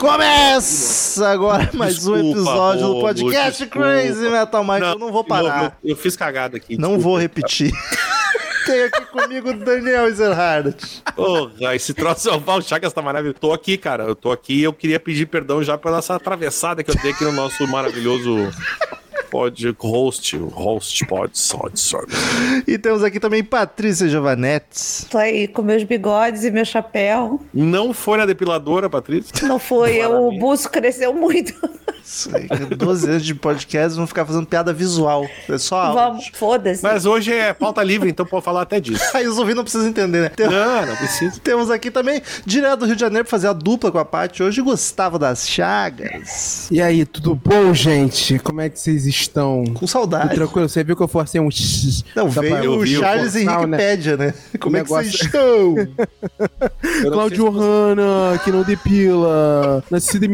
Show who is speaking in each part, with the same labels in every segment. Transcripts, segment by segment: Speaker 1: Começa agora mais um
Speaker 2: Desculpa,
Speaker 1: episódio do
Speaker 2: Hugo,
Speaker 1: podcast
Speaker 2: desculpa.
Speaker 1: Crazy Metal Mind. eu não vou
Speaker 2: Eu,
Speaker 1: parar,
Speaker 2: eu- eu fiz cagada aqui.
Speaker 1: não vou repetir. Tem aqui comigo o Daniel Ezerhardt.
Speaker 2: Porra, esse troço é o Val Chagas tá maravilhoso. Tô aqui, cara. Eu tô aqui e eu queria pedir perdão já pela nossa atravessada que eu dei aqui no nosso maravilhoso pod host, o host pod, sod, sod.
Speaker 1: E temos aqui também Patrícia Giovanetti.
Speaker 3: Tô aí com meus bigodes e meu chapéu.
Speaker 2: Não foi na depiladora, Patrícia?
Speaker 3: Não foi, eu, o
Speaker 2: Maravilha.
Speaker 3: buço cresceu muito.
Speaker 1: Isso aí, 12 anos de podcast, vão ficar fazendo piada visual. É só
Speaker 3: Vamos,
Speaker 1: áudio.
Speaker 3: foda-se.
Speaker 2: Mas hoje é pauta livre, então pode falar até disso.
Speaker 1: Aí os ouvintes não precisam entender, né? Tem-
Speaker 2: Não, não precisa.
Speaker 1: Temos aqui também, direto do Rio de Janeiro, pra fazer a dupla com a Paty hoje, Gustavo das Chagas.
Speaker 4: E aí, tudo bom, gente? Como é que vocês estão? Tudo
Speaker 1: Com saudade.
Speaker 4: tranquilo? Você viu que eu forcei um x?
Speaker 1: Não,
Speaker 4: da
Speaker 1: veio
Speaker 4: eu
Speaker 1: o
Speaker 2: vi, eu
Speaker 1: Charles
Speaker 4: vi.
Speaker 1: Henrique
Speaker 4: Né?
Speaker 1: Pédia, né? Como é que
Speaker 4: negócio-
Speaker 1: vocês estão?
Speaker 2: Eu não
Speaker 4: Claudio Hanna, que não depila. Nascido em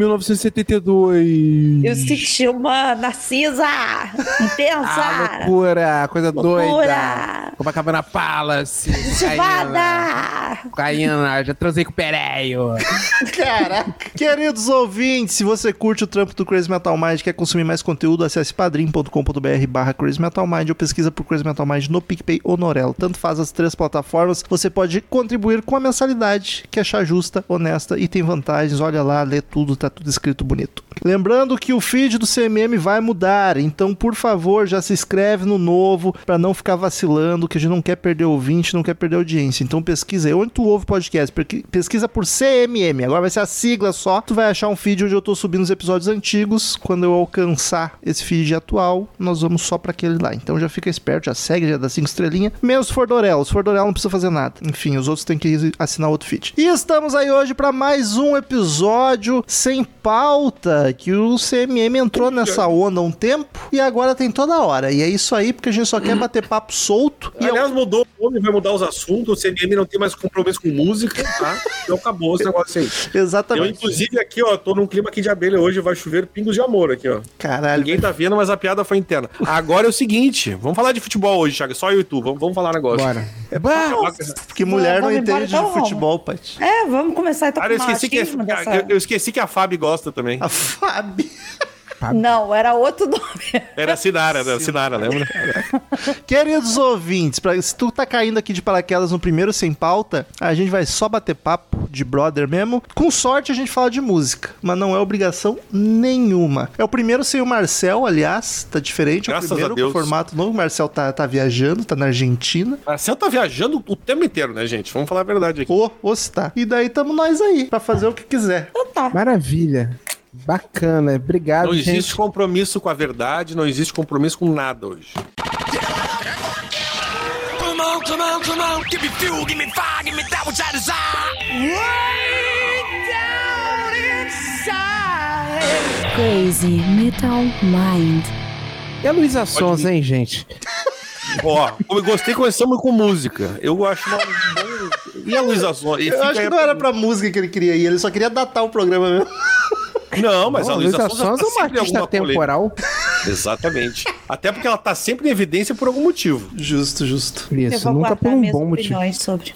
Speaker 4: 1972.
Speaker 3: Eu senti uma narcisa
Speaker 4: Ah,
Speaker 3: intensa,
Speaker 4: loucura, coisa
Speaker 3: Loucura.
Speaker 4: doida. Copacabana Palace. Cocaína,
Speaker 3: ativada.
Speaker 4: Cocaína, já transei com o Pereio.
Speaker 1: Caraca. Queridos ouvintes, se você curte o trampo do Crazy Metal Mind e quer consumir mais conteúdo, acesse padrim.com.br barra Crazy Metal Mind ou pesquisa por Crazy Metal Mind no PicPay ou Norelo. Tanto faz as três plataformas, você pode contribuir com a mensalidade que achar justa, honesta e tem vantagens. Olha lá, lê tudo, tá tudo escrito bonito. Lembrando que o feed do CMM vai mudar, então por favor já se inscreve no novo pra não ficar vacilando, que a gente não quer perder ouvinte, não quer perder audiência. Então pesquisa aí, onde tu ouve podcast, Perqui- pesquisa por CMM, agora vai ser a sigla só. Tu vai achar um feed onde eu tô subindo os episódios antigos, quando eu alcançar esse feed atual, nós vamos só pra aquele lá. Então já fica esperto, já segue, já dá cinco estrelinhas, menos Fordorel, os Fordorel não precisa fazer nada. Enfim, os outros têm que assinar outro feed. E estamos aí hoje pra mais um episódio sem pauta, que o CMM entrou nessa onda há um tempo e agora tem toda hora. E é isso aí, porque a gente só quer bater papo solto. E é eu-
Speaker 2: Aliás, mudou o nome, vai mudar os assuntos. O CNM não tem mais compromisso com música, tá? Então acabou esse negócio aí. Eu,
Speaker 1: Exatamente.
Speaker 2: inclusive, aqui, ó, tô num clima aqui de abelha hoje, vai chover pingos de amor aqui, ó.
Speaker 1: Caralho.
Speaker 2: Ninguém tá vendo, mas a piada foi interna. Agora é o seguinte, vamos falar de futebol hoje, Thiago, só eu e tu, vamos, vamos falar um negócio.
Speaker 4: Bora.
Speaker 1: É Porque mulher não
Speaker 3: Vamos embora,
Speaker 1: entende de
Speaker 3: então vamos.
Speaker 1: futebol, Paty.
Speaker 3: É, vamos começar então
Speaker 2: Cara, eu
Speaker 3: com o
Speaker 2: esqueci, que, é-
Speaker 3: machismo dessa...
Speaker 2: eu, eu esqueci que a Fábio gosta também.
Speaker 1: A Fábio.
Speaker 3: Não, era outro nome.
Speaker 2: Era a Sinara, era a Sinara, lembra?
Speaker 1: Queridos ouvintes, pra- se tu tá caindo aqui de paraquedas no primeiro sem pauta, a gente vai só bater papo de brother mesmo. Com sorte a gente fala de música, mas não é obrigação nenhuma. É o primeiro sem o Marcel, aliás, tá diferente. É o
Speaker 2: Graças a
Speaker 1: primeiro com
Speaker 2: Deus.
Speaker 1: formato novo. O Marcel tá, tá viajando, tá na Argentina.
Speaker 2: Marcel tá viajando o tempo inteiro, né, gente? Vamos falar a verdade aqui.
Speaker 1: Ô, ô, se tá. E daí tamo nós aí, pra fazer o que quiser.
Speaker 3: Então tá.
Speaker 4: Maravilha. Bacana. Obrigado,
Speaker 2: Não
Speaker 4: gente.
Speaker 2: existe compromisso com a verdade, não existe compromisso com nada hoje.
Speaker 5: Come on, come on, come on. Give me fuel, give me fire, give me that which I desire.
Speaker 6: Crazy Metal Mind.
Speaker 4: É Luísa Sons, hein, gente?
Speaker 2: Ó, eu gostei, começamos com música. Eu acho uma... E a Luísa Sonza? E
Speaker 1: Eu
Speaker 2: fica
Speaker 1: acho
Speaker 2: aí
Speaker 1: que
Speaker 2: a
Speaker 1: não era pra música que ele queria ir, ele só queria datar o programa mesmo.
Speaker 2: Não, mas
Speaker 4: Não,
Speaker 2: a Luísa Sonza
Speaker 4: Sons é
Speaker 2: tá sempre
Speaker 4: uma
Speaker 2: em
Speaker 4: artista
Speaker 2: alguma polêmica.
Speaker 4: temporal.
Speaker 2: Exatamente. Até porque ela tá sempre em evidência por algum motivo.
Speaker 1: Justo, justo.
Speaker 3: Eu
Speaker 4: Isso,
Speaker 3: vou
Speaker 4: nunca
Speaker 3: guardar
Speaker 4: por um
Speaker 3: minhas
Speaker 4: bom motivo.
Speaker 3: opiniões sobre.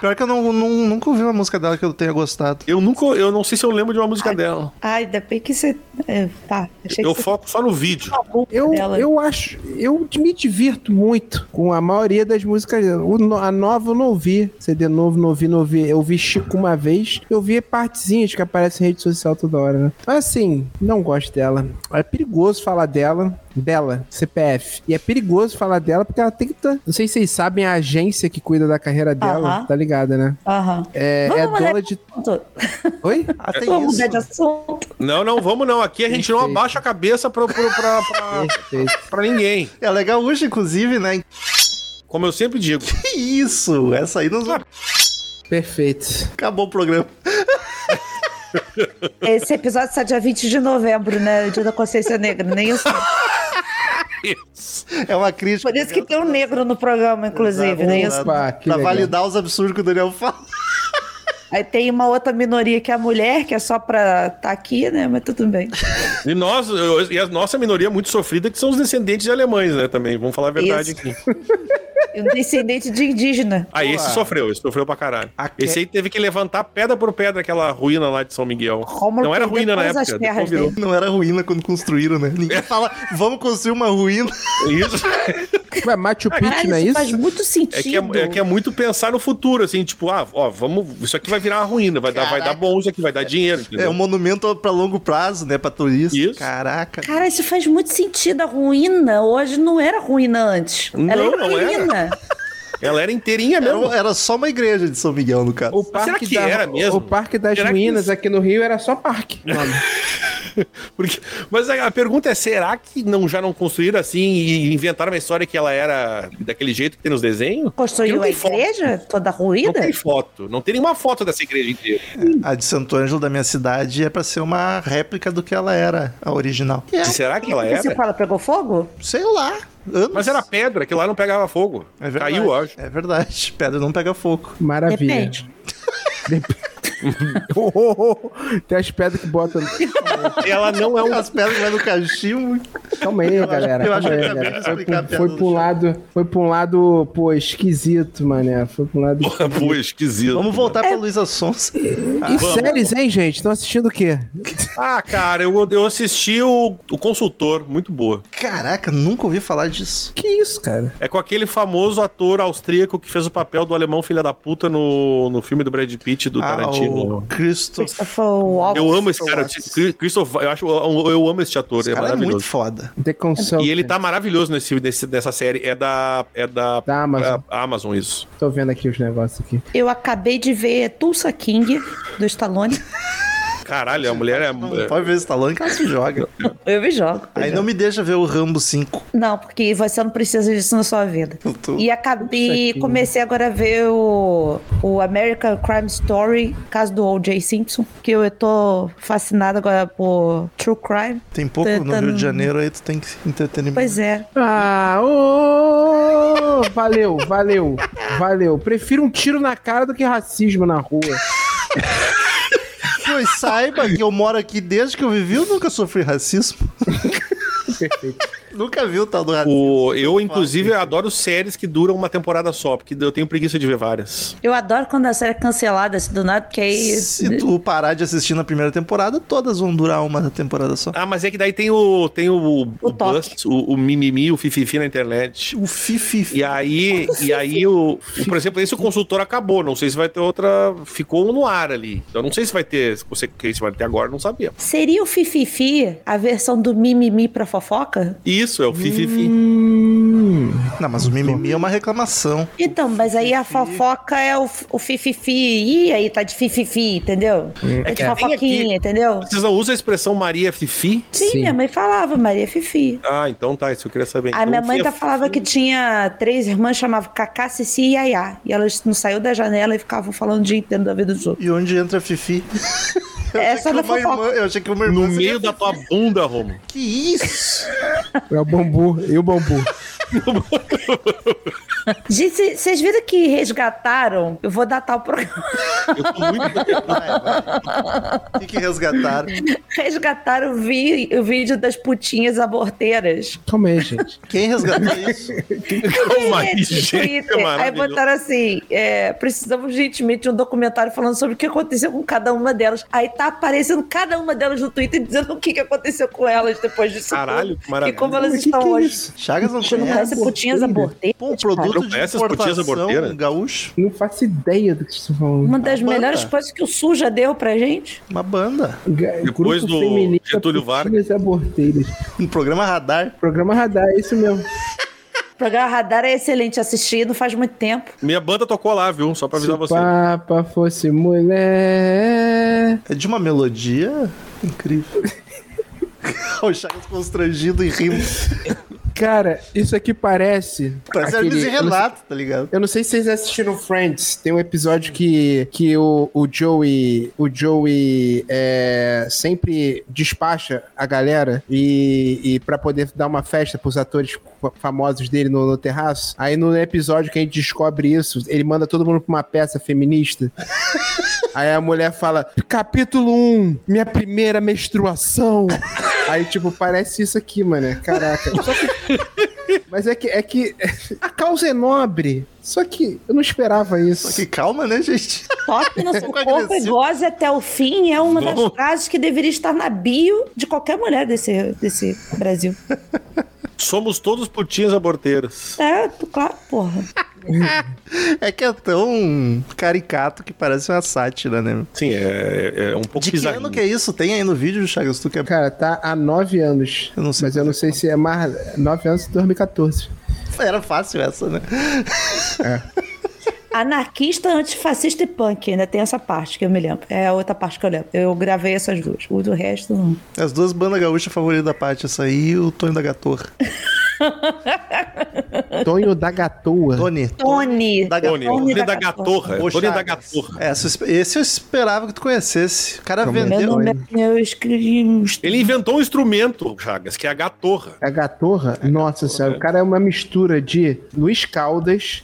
Speaker 1: Pior que eu não, não- nunca ouvi uma música dela que eu tenha gostado.
Speaker 2: Eu nunca, eu não sei se eu lembro de uma música dela.
Speaker 3: Ai, ainda bem que você... é, Tá, achei
Speaker 2: Eu
Speaker 3: que você...
Speaker 2: foco só no vídeo.
Speaker 4: Eu,
Speaker 3: dela.
Speaker 4: eu acho, eu me divirto muito com a maioria das músicas. dela. O no- a nova eu não ouvi, CD novo não ouvi, não ouvi. Eu vi Chico uma vez, eu vi partezinhas que aparecem em rede social toda hora, né? Mas assim, não gosto dela. É perigoso falar dela, dela, CPF. E é perigoso falar dela porque ela tem que tá... Não sei se vocês sabem a agência que cuida da carreira dela,
Speaker 3: Aham.
Speaker 4: tá ligada, né?
Speaker 3: Aham.
Speaker 4: É,
Speaker 3: Vamos né?
Speaker 4: é
Speaker 3: mudar
Speaker 4: dona de... Oi?
Speaker 1: Ah, tem
Speaker 3: Vamos
Speaker 1: isso.
Speaker 3: mudar de assunto.
Speaker 2: Não, não, vamos não. Aqui a gente não
Speaker 4: Perfeito.
Speaker 2: abaixa a cabeça pra, pra, pra, pra,
Speaker 4: Perfeito.
Speaker 2: pra ninguém.
Speaker 1: Ela é gaúcha, inclusive, né?
Speaker 2: Como eu sempre digo.
Speaker 1: Que isso? Essa aí não
Speaker 4: Perfeito.
Speaker 1: acabou o programa.
Speaker 3: Esse episódio está dia 20 de novembro, né? Dia da Consciência Negra, nem isso.
Speaker 1: É uma crítica.
Speaker 3: Por isso que tem um negro no programa, inclusive,
Speaker 1: Exato.
Speaker 3: né? Isso.
Speaker 4: Opa, Ah, que
Speaker 1: pra
Speaker 4: legal.
Speaker 1: validar os absurdos que o Daniel fala.
Speaker 3: Aí tem uma outra minoria que é a mulher, que é só pra tá aqui, né? Mas tudo bem.
Speaker 2: E, nós, eu- e a nossa minoria muito sofrida, que são os descendentes de alemães, né? Também, vamos falar a verdade
Speaker 3: Isso.
Speaker 2: aqui.
Speaker 3: E um descendente de indígena.
Speaker 2: Ah, esse sofreu, esse sofreu pra caralho.
Speaker 1: A que-
Speaker 2: Esse aí teve que levantar pedra por pedra aquela ruína lá de São Miguel.
Speaker 3: Rômulo
Speaker 2: Não era
Speaker 3: perdeu
Speaker 2: ruína na
Speaker 3: todas as
Speaker 2: época, depois
Speaker 3: terras
Speaker 2: virou.
Speaker 1: Não era ruína quando construíram, né? Ninguém fala, vamos construir uma ruína.
Speaker 2: Isso.
Speaker 4: Ué, Machu Picchu,
Speaker 3: Caralho,
Speaker 4: não é isso?
Speaker 3: faz muito sentido.
Speaker 2: É que é, é que é muito pensar no futuro, assim, tipo, ah, ó, vamos. Isso aqui vai virar uma ruína, vai, dar, vai dar bom isso aqui, vai dar dinheiro.
Speaker 1: É
Speaker 2: entendeu?
Speaker 1: um monumento pra longo prazo, né? Pra turista.
Speaker 2: Isso.
Speaker 1: Caraca.
Speaker 3: Cara, isso faz muito sentido. A ruína hoje não era ruína antes.
Speaker 2: Não,
Speaker 3: Ela era
Speaker 2: não era.
Speaker 3: ruína.
Speaker 2: Ela era
Speaker 3: É
Speaker 2: inteirinha mesmo.
Speaker 1: Era, era só uma igreja de São Miguel, no caso.
Speaker 4: O
Speaker 2: Mas será que era mesmo?
Speaker 4: O Parque das
Speaker 2: Será que
Speaker 4: Ruínas
Speaker 2: isso-
Speaker 4: aqui no Rio era só parque.
Speaker 2: Porque- mas a, a pergunta é: será que não, já não construíram assim e inventaram uma história que ela era daquele jeito que tem nos desenhos? Porque
Speaker 3: Construiu
Speaker 2: não
Speaker 3: a
Speaker 2: tem foto.
Speaker 3: igreja toda
Speaker 2: Não
Speaker 3: ruída?
Speaker 2: tem foto, não tem nenhuma foto dessa igreja inteira.
Speaker 1: A de Santo Ângelo da minha cidade é pra ser uma réplica do que ela era, a original.
Speaker 2: Será que ela
Speaker 3: Porque Você
Speaker 2: era?
Speaker 3: fala, pegou fogo?
Speaker 1: Sei lá. Anos.
Speaker 2: Mas era pedra, que lá não pegava fogo.
Speaker 1: É verdade.
Speaker 2: Caiu, eu acho.
Speaker 1: É verdade. Pedra não pega fogo.
Speaker 4: Maravilha.
Speaker 3: Depende.
Speaker 4: Oh, oh, oh. Tem as pedras que botam.
Speaker 2: Ela não é um.
Speaker 1: As pedras que vai no cachimbo.
Speaker 4: Calma aí, galera.
Speaker 1: eu
Speaker 4: calma
Speaker 1: acho que
Speaker 4: aí,
Speaker 1: eu
Speaker 4: galera.
Speaker 1: acabei de
Speaker 4: Foi,
Speaker 1: explicar a piada
Speaker 4: pro, foi
Speaker 1: do
Speaker 4: pro
Speaker 1: chão.
Speaker 4: lado, foi pro lado, pô, esquisito, mané. Foi pro lado.
Speaker 2: Pô, esquisito.
Speaker 1: Vamos voltar
Speaker 3: É.
Speaker 1: pra Luísa Sonsa.
Speaker 4: E séries, hein, gente? Estão assistindo o quê?
Speaker 2: Ah, cara, eu, eu assisti o, o Consultor, muito boa.
Speaker 1: Caraca, nunca ouvi falar disso.
Speaker 4: Que isso, cara?
Speaker 2: É com aquele famoso ator austríaco que fez o papel do alemão filha da puta no, no filme do Brad Pitt, do
Speaker 1: Ah,
Speaker 2: Tarantino.
Speaker 1: o Christopher.
Speaker 3: Christopher Walken.
Speaker 2: Eu amo esse cara, Chris- Christopher, eu, acho, eu, eu amo esse ator,
Speaker 1: Esse
Speaker 2: é
Speaker 1: cara é muito
Speaker 2: maravilhoso.
Speaker 1: foda.
Speaker 4: The Consult.
Speaker 2: e ele tá maravilhoso nesse, nesse- nessa série, é da... É da,
Speaker 4: Da Amazon.
Speaker 2: a- Amazon, isso.
Speaker 4: Tô vendo aqui os negócios aqui.
Speaker 3: Eu acabei de ver Tulsa King, do Stallone.
Speaker 2: Caralho, a mulher é...
Speaker 1: Não pode ver esse talão que ela se joga.
Speaker 3: Eu me jogo.
Speaker 1: Aí não me deixa ver o Rambo 5.
Speaker 3: Não, porque você não precisa disso na sua vida.
Speaker 1: Eu tô-
Speaker 3: E acabei, comecei agora a ver o, o American Crime Story, caso do O.J. Simpson, que eu tô fascinada agora por True Crime.
Speaker 1: Tem pouco
Speaker 3: Tá-
Speaker 1: no
Speaker 3: tá
Speaker 1: Rio
Speaker 3: no-
Speaker 1: de Janeiro, aí tu tem que entretenimento.
Speaker 3: Pois é.
Speaker 4: Ah, ô! valeu, valeu, valeu. Prefiro um tiro na cara do que racismo na rua.
Speaker 1: Pois saiba que eu moro aqui desde que eu vivi, eu nunca sofri racismo.
Speaker 4: Perfeito.
Speaker 1: nunca vi o tal do racismo.
Speaker 2: O, eu, inclusive, adoro séries que duram uma temporada só, porque eu tenho preguiça de ver várias.
Speaker 3: Eu adoro quando a série é cancelada assim, do nada, porque aí.
Speaker 1: Se tu parar de assistir na primeira temporada, todas vão durar uma temporada só.
Speaker 2: Ah, mas é que daí tem o, tem o, o,
Speaker 3: toque.
Speaker 2: bust, o, o mimimi, o fififi na internet.
Speaker 1: O Fifi.
Speaker 2: E aí, e aí o, o- por exemplo, esse o consultor acabou, não sei se vai ter outra, ficou um no ar ali. Eu não sei se vai ter, se você que se vai ter agora, eu não sabia.
Speaker 3: Seria o Fififi a versão do mimimi pra fofoca?
Speaker 2: Isso é o fififi.
Speaker 3: Hum.
Speaker 4: Hum.
Speaker 1: Não, mas o mimimi é uma reclamação.
Speaker 3: Então, mas aí a fofoca é o, o Fififi. Ih, aí tá de Fififi, entendeu? É de
Speaker 2: É.
Speaker 3: fofoquinha, entendeu?
Speaker 2: Vocês não usam a expressão Maria Fifi?
Speaker 3: Sim,
Speaker 4: Sim.
Speaker 3: minha mãe falava Maria Fifi.
Speaker 2: Ah, então tá, isso eu queria saber.
Speaker 3: A
Speaker 2: Então,
Speaker 3: minha mãe ainda
Speaker 2: fifi-
Speaker 3: falava que tinha três irmãs, chamava Cacá, Cici e Yaya. E elas não saíam da janela e ficavam falando o dia inteiro da vida dos outros.
Speaker 1: E onde entra a Fifi? Eu
Speaker 3: É
Speaker 1: achei
Speaker 3: só
Speaker 1: que
Speaker 3: na
Speaker 1: uma irmã-
Speaker 3: fofoca.
Speaker 1: Eu achei que uma irmã
Speaker 2: No
Speaker 1: seria
Speaker 2: meio da
Speaker 1: Fifi.
Speaker 2: tua bunda, Romo.
Speaker 1: Que isso?
Speaker 4: É o bambu, e o bambu.
Speaker 3: Gente, cê- vocês viram que resgataram? Eu vou datar o programa.
Speaker 2: Eu tô muito.
Speaker 1: Vai, vai. O que, que resgataram?
Speaker 3: resgataram o, vi- o vídeo das putinhas aborteiras.
Speaker 4: Calma aí, gente.
Speaker 1: Quem resgatou isso?
Speaker 2: Calma aí,
Speaker 3: Esse
Speaker 2: gente. é
Speaker 1: é
Speaker 3: Twitter. Aí
Speaker 2: maravilhoso.
Speaker 3: botaram assim: é, precisamos gentilmente de um documentário falando sobre o que aconteceu com cada uma delas. Aí tá aparecendo cada uma delas no Twitter dizendo o que, que aconteceu com elas depois disso.
Speaker 2: Caralho, que
Speaker 3: tudo.
Speaker 2: maravilha.
Speaker 3: E como elas
Speaker 4: Mas que
Speaker 3: estão
Speaker 4: que é
Speaker 3: hoje.
Speaker 4: isso?
Speaker 1: Chagas não
Speaker 3: Você não
Speaker 1: conhece.
Speaker 3: conhece putinhas aborteiras?
Speaker 1: Pô, um produto
Speaker 2: Não
Speaker 1: de
Speaker 2: conhece as putinhas
Speaker 1: importação um
Speaker 2: aborteiras?
Speaker 1: gaúcho.
Speaker 4: Não faço ideia do que vocês estão falando.
Speaker 3: Uma das
Speaker 1: banda.
Speaker 3: melhores coisas que o SUS já deu pra gente.
Speaker 1: Uma banda.
Speaker 4: Ga-
Speaker 2: Depois do
Speaker 4: feminista,
Speaker 2: Getúlio Vargas.
Speaker 4: putinhas Aborteiras.
Speaker 1: Um programa radar.
Speaker 4: Programa Radar, é isso mesmo.
Speaker 3: O programa Radar é excelente assistir, não faz muito tempo.
Speaker 2: Minha banda tocou lá, viu? Só pra
Speaker 4: Se
Speaker 2: avisar
Speaker 4: o
Speaker 2: você.
Speaker 4: Papa fosse mulher.
Speaker 1: É de uma melodia incrível. o Chagas constrangido e rindo.
Speaker 4: Cara, isso aqui parece.
Speaker 1: Parece
Speaker 4: aquele-
Speaker 1: Hermes e
Speaker 4: eu não sei-
Speaker 1: Renato, tá ligado?
Speaker 4: Eu não sei se vocês assistiram Friends. Tem um episódio que, que o, o Joey, o Joey é, sempre despacha a galera e, e para poder dar uma festa pros atores fa- famosos dele no, no terraço. Aí no episódio que a gente descobre isso, ele manda todo mundo pra uma peça feminista. Aí a mulher fala, capítulo 1, minha primeira menstruação. Aí, tipo, parece isso aqui, mano. Caraca. Só que- Mas é que, é que a causa é nobre. Só que eu não esperava isso.
Speaker 1: Que calma, né, gente?
Speaker 3: Toque no seu
Speaker 1: Pouco
Speaker 3: corpo e
Speaker 1: agressivo.
Speaker 3: goze até o fim é uma das
Speaker 2: Não.
Speaker 3: frases que deveria estar na bio de qualquer mulher desse, desse Brasil.
Speaker 2: Somos todos putinhas aborteiras.
Speaker 3: É, claro, porra.
Speaker 1: É que é tão caricato que parece uma sátira, né?
Speaker 2: Sim, é, é um pouco
Speaker 1: De que
Speaker 2: bizarro.
Speaker 1: ano que é isso? Tem aí no vídeo, Chagas? Tu que é...
Speaker 4: Cara, tá há nove anos.
Speaker 1: Eu não sei
Speaker 4: mas eu não sei se é mais. Nove anos de 2014.
Speaker 1: Era fácil essa, né?
Speaker 3: Anarquista, antifascista e punk. Ainda tem essa parte que eu me lembro. É a outra parte que eu lembro. Eu gravei essas duas. O do resto, não.
Speaker 1: As duas bandas gaúchas favoritas da Paty, essa aí e o Tonho da Gatorra.
Speaker 4: Tonho da Gatoa.
Speaker 1: Tony.
Speaker 3: Tony.
Speaker 1: Da
Speaker 2: Tony,
Speaker 1: Gatorra.
Speaker 2: Tony
Speaker 3: da
Speaker 2: da
Speaker 3: Gatorra.
Speaker 2: Gatorra.
Speaker 1: Ô,
Speaker 2: Tony da
Speaker 1: Chagas.
Speaker 2: Gatorra.
Speaker 1: É, Essa eu espe- esse eu esperava que tu conhecesse. O cara
Speaker 4: Também.
Speaker 3: Meu
Speaker 1: vendeu.
Speaker 3: nome é. Eu escrevi. um-
Speaker 2: Ele inventou um instrumento, Chagas, que é a Gatorra.
Speaker 4: A Gatorra? Nossa senhora, o cara é uma mistura de Luiz Caldas,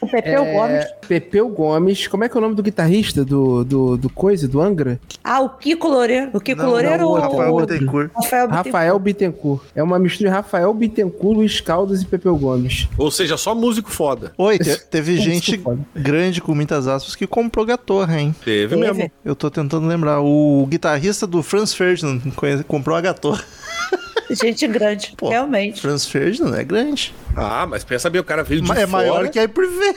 Speaker 3: O Pepeu
Speaker 4: é-
Speaker 3: Gomes.
Speaker 4: Pepeu Gomes. Como é que é o nome do guitarrista do, do, do Coisa, do Angra?
Speaker 3: Ah, o Kiko Loureiro. O Kiko Loureiro
Speaker 1: o
Speaker 3: ou
Speaker 1: Rafael
Speaker 3: o
Speaker 1: Bittencourt.
Speaker 3: Rafael Bittencourt?
Speaker 4: Rafael Bittencourt. É uma mistura de Rafael Bittencourt, Luiz Caldas e Pepeu Gomes.
Speaker 2: Ou seja, só músico foda.
Speaker 1: Oi, te- teve
Speaker 4: Isso
Speaker 1: gente
Speaker 4: é foda.
Speaker 1: grande com muitas aspas que comprou Gatorra, hein?
Speaker 2: Teve
Speaker 3: Teve.
Speaker 2: mesmo.
Speaker 1: Eu tô tentando lembrar. O guitarrista do Franz Ferdinand conhe- comprou a Gatorra.
Speaker 3: Gente grande,
Speaker 1: Pô.
Speaker 3: realmente.
Speaker 1: Franz Ferdinand é grande.
Speaker 2: Ah, mas pensa bem, o cara veio de
Speaker 1: Ma-
Speaker 2: fora.
Speaker 1: é maior que a Iprivé.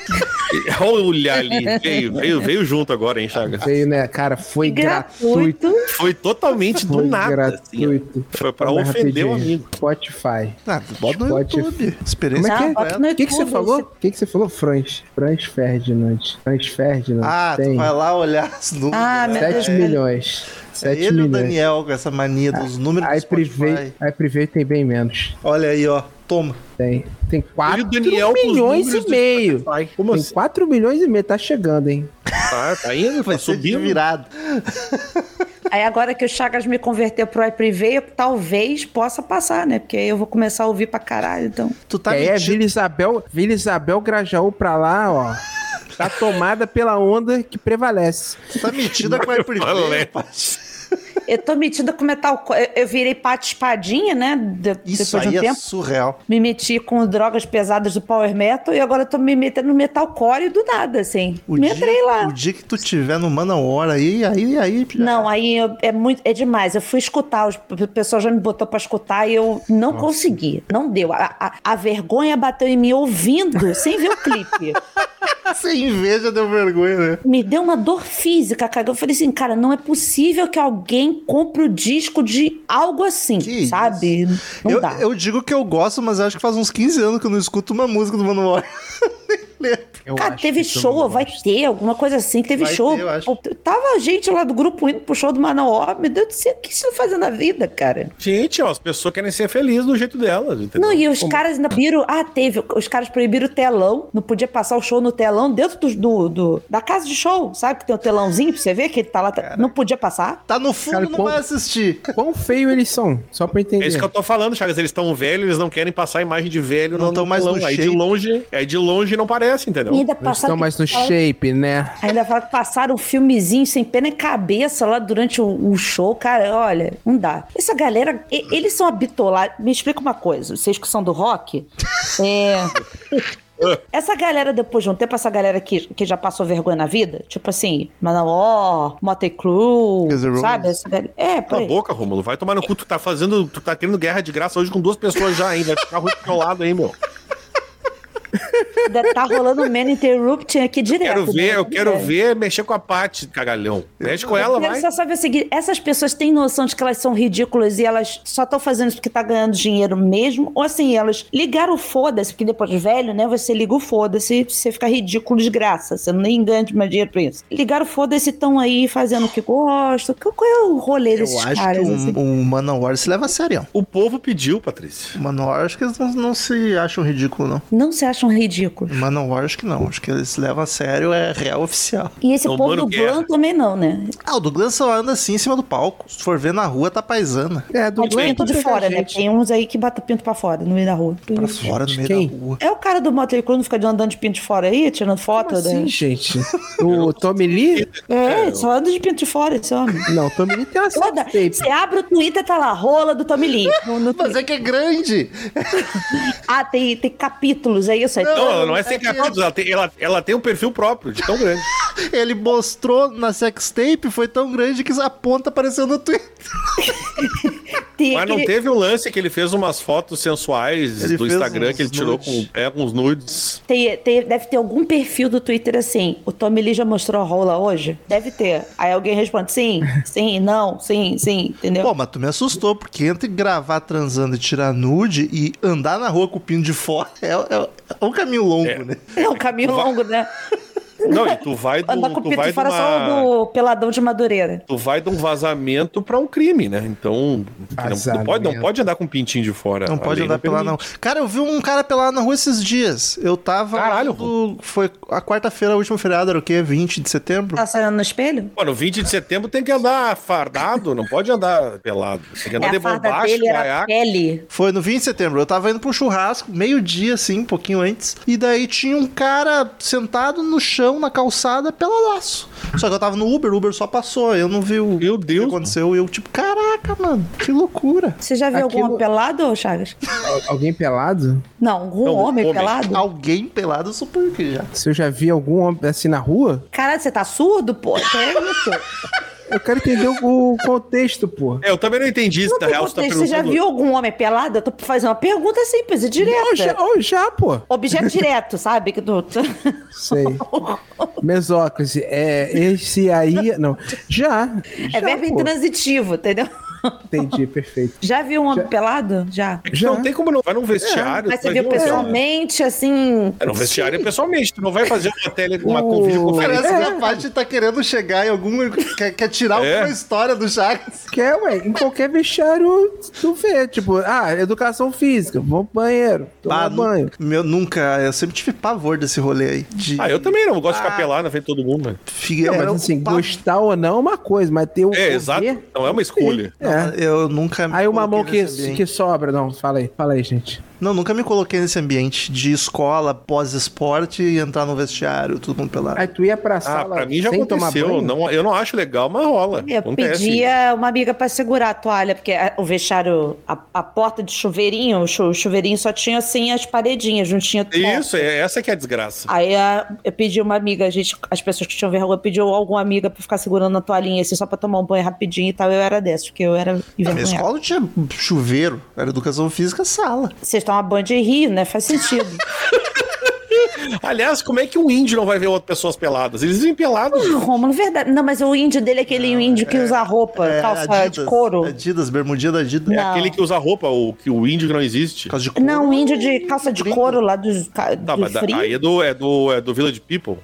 Speaker 2: Olha ali, veio, veio, veio junto agora, hein, Chagas?
Speaker 4: Veio, né, cara? Foi gratuito.
Speaker 3: Gratuito.
Speaker 2: Foi totalmente do
Speaker 4: Foi
Speaker 2: nada. assim,
Speaker 4: gratuito.
Speaker 2: ó. foi pra
Speaker 4: Vai
Speaker 2: ofender o
Speaker 4: rapidinho.
Speaker 2: amigo.
Speaker 4: Spotify.
Speaker 1: Ah, bota no
Speaker 4: Pode.
Speaker 1: YouTube.
Speaker 4: Como
Speaker 1: Experiência
Speaker 4: é que é?
Speaker 3: Não, bota no
Speaker 4: O que, que você
Speaker 3: YouTube,
Speaker 4: falou?
Speaker 3: você-
Speaker 4: O que, que você falou? Franz. Franz Ferdinand. Franz Ferdinand.
Speaker 1: Ah, tu
Speaker 4: Tem
Speaker 1: vai lá olhar os números.
Speaker 3: Ah, meu Deus.
Speaker 4: 7 milhões.
Speaker 1: É
Speaker 4: 7
Speaker 1: ele e o
Speaker 4: milhões.
Speaker 1: Daniel com essa mania
Speaker 3: Ah,
Speaker 1: dos números
Speaker 4: A
Speaker 1: do Spotify.
Speaker 4: Private, a Private tem bem menos.
Speaker 1: Olha aí, ó. Toma.
Speaker 4: Tem, tem 4
Speaker 2: o Daniel com os
Speaker 4: milhões
Speaker 2: números
Speaker 4: e
Speaker 2: do
Speaker 4: meio.
Speaker 2: Ai, como
Speaker 4: Tem
Speaker 2: assim?
Speaker 4: 4 milhões e meio. Tá chegando, hein?
Speaker 2: Tá, tá indo,
Speaker 1: Vai
Speaker 2: tá
Speaker 1: ser de
Speaker 2: subindo.
Speaker 1: virado.
Speaker 3: Aí agora que o Chagas me converteu pro iPrivé, talvez possa passar, né? Porque aí eu vou começar a ouvir pra caralho, então.
Speaker 1: Tu tá
Speaker 4: que aí é
Speaker 1: mentindo.
Speaker 4: Vila Isabel, Vila Isabel Grajaú pra lá, ó. Tá tomada pela onda que prevalece.
Speaker 1: Tu tá metida com a
Speaker 2: Valeu.
Speaker 1: Iprivé.
Speaker 3: Eu tô metida com metal. co- Eu, eu virei pata espadinha, né? de-
Speaker 1: Isso
Speaker 3: depois de um
Speaker 1: aí é
Speaker 3: tempo.
Speaker 1: surreal.
Speaker 3: Me meti com drogas pesadas do Power Metal e agora eu tô me metendo no metalcore do nada, assim.
Speaker 1: O
Speaker 3: me
Speaker 1: dia-
Speaker 3: entrei lá.
Speaker 1: O dia que tu tiver no Manowar aí, aí, aí... já-
Speaker 3: Não, aí eu- é muito, é demais. Eu fui escutar, os- o pessoal já me botou pra escutar e eu não consegui, não deu. A, a- a vergonha bateu em mim ouvindo, sem ver o clipe.
Speaker 1: Sem inveja deu vergonha, né?
Speaker 3: Me deu uma dor física, cara. Eu falei assim, cara, não é possível que alguém compre o disco de algo assim,
Speaker 1: Que
Speaker 3: sabe? Não
Speaker 1: Eu,
Speaker 3: dá.
Speaker 1: eu digo que eu gosto, mas acho que faz uns 15 anos que eu não escuto uma música do Manowar. Nem lembro.
Speaker 4: Eu
Speaker 3: Cara,
Speaker 4: acho
Speaker 3: teve
Speaker 4: que é um todo
Speaker 3: show,
Speaker 4: mundo
Speaker 3: vai
Speaker 4: gosta.
Speaker 3: ter alguma coisa assim, teve
Speaker 1: Vai
Speaker 3: show.
Speaker 1: ter, eu acho.
Speaker 3: Pô, Tava a gente lá do grupo indo pro show do Manaó. Meu Deus do céu, o que isso fazendo na vida, cara?
Speaker 2: Gente, ó, as pessoas querem ser felizes do jeito delas, entendeu?
Speaker 3: Não, e os caras ainda proibiram. Ah, teve. Os caras proibiram o telão. Não podia passar o show no telão dentro do, do- do- da casa de show, sabe? Que tem um telãozinho pra você ver que ele tá lá. tá- Não podia passar.
Speaker 1: Tá no fundo,
Speaker 4: Cara,
Speaker 1: não
Speaker 4: como-
Speaker 1: vai assistir.
Speaker 4: Quão feio eles são, só pra entender.
Speaker 2: É isso que eu tô falando, Chagas. Eles estão velhos, eles não querem passar a imagem de velho.
Speaker 1: Não
Speaker 2: no-
Speaker 1: tão mais
Speaker 2: no
Speaker 1: no
Speaker 2: Aí de
Speaker 1: shape.
Speaker 2: longe, aí de longe não parece, entendeu?
Speaker 3: E ainda
Speaker 4: Então, Eles estão
Speaker 3: passaram.
Speaker 4: mais no shape, né?
Speaker 3: Ainda fala que passaram um filmezinho sem pena e cabeça lá durante o, o show, cara. Olha, não dá. Essa galera, e- eles são habitolados. Me explica uma coisa, vocês que são do rock. É. Essa galera, depois de um tempo, essa galera que, que já passou vergonha na vida, tipo assim, Manowar, Motley Crue,
Speaker 1: Guns N' Roses.
Speaker 3: sabe? Essa galera, é,
Speaker 2: Cala a
Speaker 3: peraí.
Speaker 2: boca, Rômulo. Vai tomar no cu. Tu tá fazendo. Tu tá tendo guerra de graça hoje com duas pessoas já, hein? Vai ficar ruim do teu lado, hein, meu?
Speaker 3: Ainda Tá rolando o Man Interrupting aqui direto.
Speaker 2: Quero ver,
Speaker 3: né?
Speaker 2: eu quero
Speaker 3: É.
Speaker 2: ver mexer com a Paty, cagalhão. Mexe com ela,
Speaker 3: Eu quero
Speaker 2: vai.
Speaker 3: só saber o seguinte: essas pessoas têm noção de que elas são ridículas e elas só estão fazendo isso porque tá ganhando dinheiro mesmo? Ou assim, elas ligaram o foda-se, porque depois de velho, né? Você liga o foda-se, você fica ridículo de graça. Você nem ganha mais dinheiro pra isso. Ligaram o foda-se, estão aí fazendo o que gostam. Qual qual é o rolê
Speaker 1: Eu
Speaker 3: desses
Speaker 1: acho que um
Speaker 3: caras?
Speaker 1: o,
Speaker 3: assim?
Speaker 1: o Manowar se leva a sério.
Speaker 2: O povo pediu, Patrícia.
Speaker 1: O Manowar acho que eles não, não se acham ridículo, não.
Speaker 3: Não se acham ridículo.
Speaker 1: Mas não, acho que não. Acho que eles levam a sério, é real oficial.
Speaker 3: E esse
Speaker 2: Então,
Speaker 3: povo
Speaker 2: mano,
Speaker 3: do
Speaker 2: guerra.
Speaker 3: Glam também não, né?
Speaker 1: Ah, o Douglas só anda assim em cima do palco. Se for ver na rua, tá paisana.
Speaker 4: É, do
Speaker 3: Mas de
Speaker 4: Glenn
Speaker 3: pinto
Speaker 4: pra
Speaker 3: de
Speaker 4: pegar
Speaker 3: fora, né?
Speaker 4: gente.
Speaker 3: Tem uns aí que bata pinto pra fora, no meio da rua.
Speaker 1: Pra fora, no meio
Speaker 4: Quem?
Speaker 1: da rua.
Speaker 3: É o cara do Motley Crue não fica de andando de pinto de fora aí, tirando foto?
Speaker 4: Como assim,
Speaker 3: né?
Speaker 4: gente? O Tommy Lee?
Speaker 3: É, só anda de pinto de fora esse homem.
Speaker 4: Não, o Tommy Lee tem uma
Speaker 3: Toda-
Speaker 4: sextape.
Speaker 3: Você abre o Twitter, tá lá, rola do Tommy Lee. No- no
Speaker 1: Mas
Speaker 3: Twitter.
Speaker 1: é que é grande.
Speaker 3: Ah, tem, tem capítulos, é isso aí.
Speaker 2: Não, ela não é sem
Speaker 1: é que-
Speaker 2: capítulos, ela tem, ela, ela tem um perfil próprio, de tão grande.
Speaker 1: Ele mostrou na sextape, foi tão grande que a ponta apareceu no Twitter.
Speaker 3: Tem
Speaker 2: Mas não
Speaker 3: aquele-
Speaker 2: teve um lance que ele fez umas fotos sensuais
Speaker 1: Ele
Speaker 2: do
Speaker 1: fez
Speaker 2: Instagram
Speaker 1: uns
Speaker 2: que ele tirou com,
Speaker 1: nudes.
Speaker 2: é, com uns nudes.
Speaker 3: tem- tem- deve ter algum perfil do Twitter assim. O Tommy Lee já mostrou a rola hoje? Deve ter. Aí alguém responde sim, sim, não, sim, sim, entendeu?
Speaker 1: Pô, mas tu me assustou, porque entre gravar transando e tirar nude e andar na rua com o pino de fora é, é- é um caminho longo, né?
Speaker 3: é um caminho longo, né?
Speaker 2: Não, e tu vai do,
Speaker 3: Andar com o
Speaker 2: tu
Speaker 3: pinto
Speaker 2: vai
Speaker 3: de
Speaker 2: de
Speaker 3: fora
Speaker 2: uma-
Speaker 3: só do peladão de Madureira.
Speaker 2: tu vai de um vazamento pra um crime, né? Então, não, tu
Speaker 4: Vazamento.
Speaker 2: pode, não pode andar com um pintinho de fora.
Speaker 1: Não
Speaker 2: A
Speaker 1: pode
Speaker 2: lei
Speaker 1: andar pelado, não.
Speaker 2: permite.
Speaker 1: Cara, eu vi um cara pelado na rua esses dias. Eu tava.
Speaker 2: Caralho,
Speaker 1: Do, foi a quarta-feira, o último feriado, era o quê? 20 de setembro?
Speaker 3: Tá saindo no espelho?
Speaker 2: Mano, 20 de setembro tem que andar fardado, não pode andar pelado. Tem que andar
Speaker 3: É,
Speaker 2: de
Speaker 3: a farda
Speaker 2: bombacha,
Speaker 3: dele era
Speaker 2: caiaque.
Speaker 3: pele.
Speaker 1: Foi no 20 de setembro. Eu tava indo pra um churrasco, meio-dia, assim, um pouquinho antes. E daí tinha um cara sentado no chão, na calçada, peladaço. Só que eu tava no Uber, o Uber só passou. Eu não vi o
Speaker 2: Meu Deus,
Speaker 1: que aconteceu. E eu, tipo, caraca, mano, que loucura.
Speaker 3: Você já viu
Speaker 4: Aquilo-
Speaker 3: algum pelado, Chagas?
Speaker 4: Al- Alguém pelado?
Speaker 3: Não, algum
Speaker 2: Não,
Speaker 3: homem,
Speaker 2: homem.
Speaker 3: pelado?
Speaker 1: Alguém pelado, eu suponho que já.
Speaker 4: Se eu já vi algum homem assim na rua,
Speaker 3: Caralho, você tá surdo, pô? Que isso? Então,
Speaker 4: eu quero entender o o contexto, pô.
Speaker 2: É, eu também não entendi isso,
Speaker 3: Não
Speaker 2: na
Speaker 3: tem
Speaker 2: real, você tá
Speaker 3: contexto. Você já
Speaker 2: perguntando.
Speaker 3: viu algum homem pelado? Eu tô fazendo uma pergunta simples e
Speaker 4: Não, já,
Speaker 3: direta.
Speaker 4: oh, já, pô.
Speaker 3: Objeto direto, sabe? Que do-
Speaker 4: Sei. Mesócrise. É, esse aí. Não. Já.
Speaker 3: É
Speaker 4: já,
Speaker 3: verbo
Speaker 4: pô.
Speaker 3: intransitivo, entendeu?
Speaker 4: Entendi, perfeito.
Speaker 3: Já viu um homem pelado? Já.
Speaker 2: É que Não
Speaker 4: Já.
Speaker 2: tem como não. Vai num vestiário.
Speaker 3: Mas
Speaker 2: tu
Speaker 3: você
Speaker 2: vai
Speaker 3: viu
Speaker 2: ver um-
Speaker 3: pessoalmente, assim.
Speaker 2: É, no vestiário é pessoalmente. Tu não vai fazer uma tele, uma
Speaker 4: O-
Speaker 2: conferência.
Speaker 1: Parece que
Speaker 4: É.
Speaker 1: a Paty tá querendo chegar em algum. quer, quer tirar
Speaker 2: É.
Speaker 1: alguma história do Chagas.
Speaker 4: Que é, ué, em qualquer vestiário tu vê. Tipo, ah, educação física, vou pro banheiro, tomar
Speaker 1: Ah, nu-
Speaker 4: banho.
Speaker 1: Meu, nunca. Eu sempre tive pavor desse rolê aí.
Speaker 3: Uh.
Speaker 1: De
Speaker 2: Ah, eu também não. eu gosto de ficar pelado na frente de todo mundo. né?
Speaker 1: Figueira-
Speaker 4: Não, mas assim, gostar ou não é uma coisa, mas ter o.
Speaker 2: É,
Speaker 4: o
Speaker 2: exato.
Speaker 4: ver-
Speaker 2: Não é uma escolha.
Speaker 4: É.
Speaker 1: Eu nunca. me
Speaker 4: Aí uma mão
Speaker 1: coloquei
Speaker 4: que,
Speaker 1: nesse ambiente.
Speaker 4: que sobra, não, fala aí, fala aí, gente.
Speaker 1: Não, nunca me coloquei nesse ambiente de escola, pós-esporte e entrar no vestiário, todo mundo pelado.
Speaker 4: Aí tu ia pra
Speaker 2: Ah,
Speaker 4: sala
Speaker 2: pra mim já
Speaker 4: sem tomar
Speaker 2: aconteceu.
Speaker 4: banho?
Speaker 2: Não, eu não acho legal, mas rola.
Speaker 3: Eu
Speaker 2: Acontece.
Speaker 3: pedia uma amiga pra segurar a toalha, porque a- o vestiário, a, a porta de chuveirinho, o chu- o chuveirinho só tinha assim as paredinhas, não tinha teto.
Speaker 2: Isso, é, essa que é a desgraça.
Speaker 3: Aí a- eu pedi uma amiga, a gente, as pessoas que tinham vergonha, pediu alguma amiga pra ficar segurando a toalhinha, assim, só pra tomar um banho rapidinho e tal. Eu era dessa, porque eu era
Speaker 1: Na minha
Speaker 3: envergonhada.
Speaker 1: escola não tinha chuveiro, era educação física, sala.
Speaker 3: Vocês estão a banda de rio, né? Faz sentido.
Speaker 2: Aliás, como é que um índio não vai ver outras pessoas peladas? Eles vivem pelados.
Speaker 3: Ah, Rômulo, verdade. Não, mas o índio dele é aquele índio que usa roupa,
Speaker 1: É,
Speaker 3: calça de
Speaker 1: Adidas,
Speaker 3: couro.
Speaker 1: Adidas, bermudinha da Adidas.
Speaker 2: É
Speaker 1: Por
Speaker 2: aquele que usa roupa, o, que o índio que não existe.
Speaker 1: causa de couro.
Speaker 3: Não, o índio de calça de
Speaker 1: Gringo.
Speaker 3: couro lá dos, ca-
Speaker 2: Tá,
Speaker 3: do
Speaker 2: mas da-
Speaker 3: frio.
Speaker 2: aí é do, é, do, é do Village People.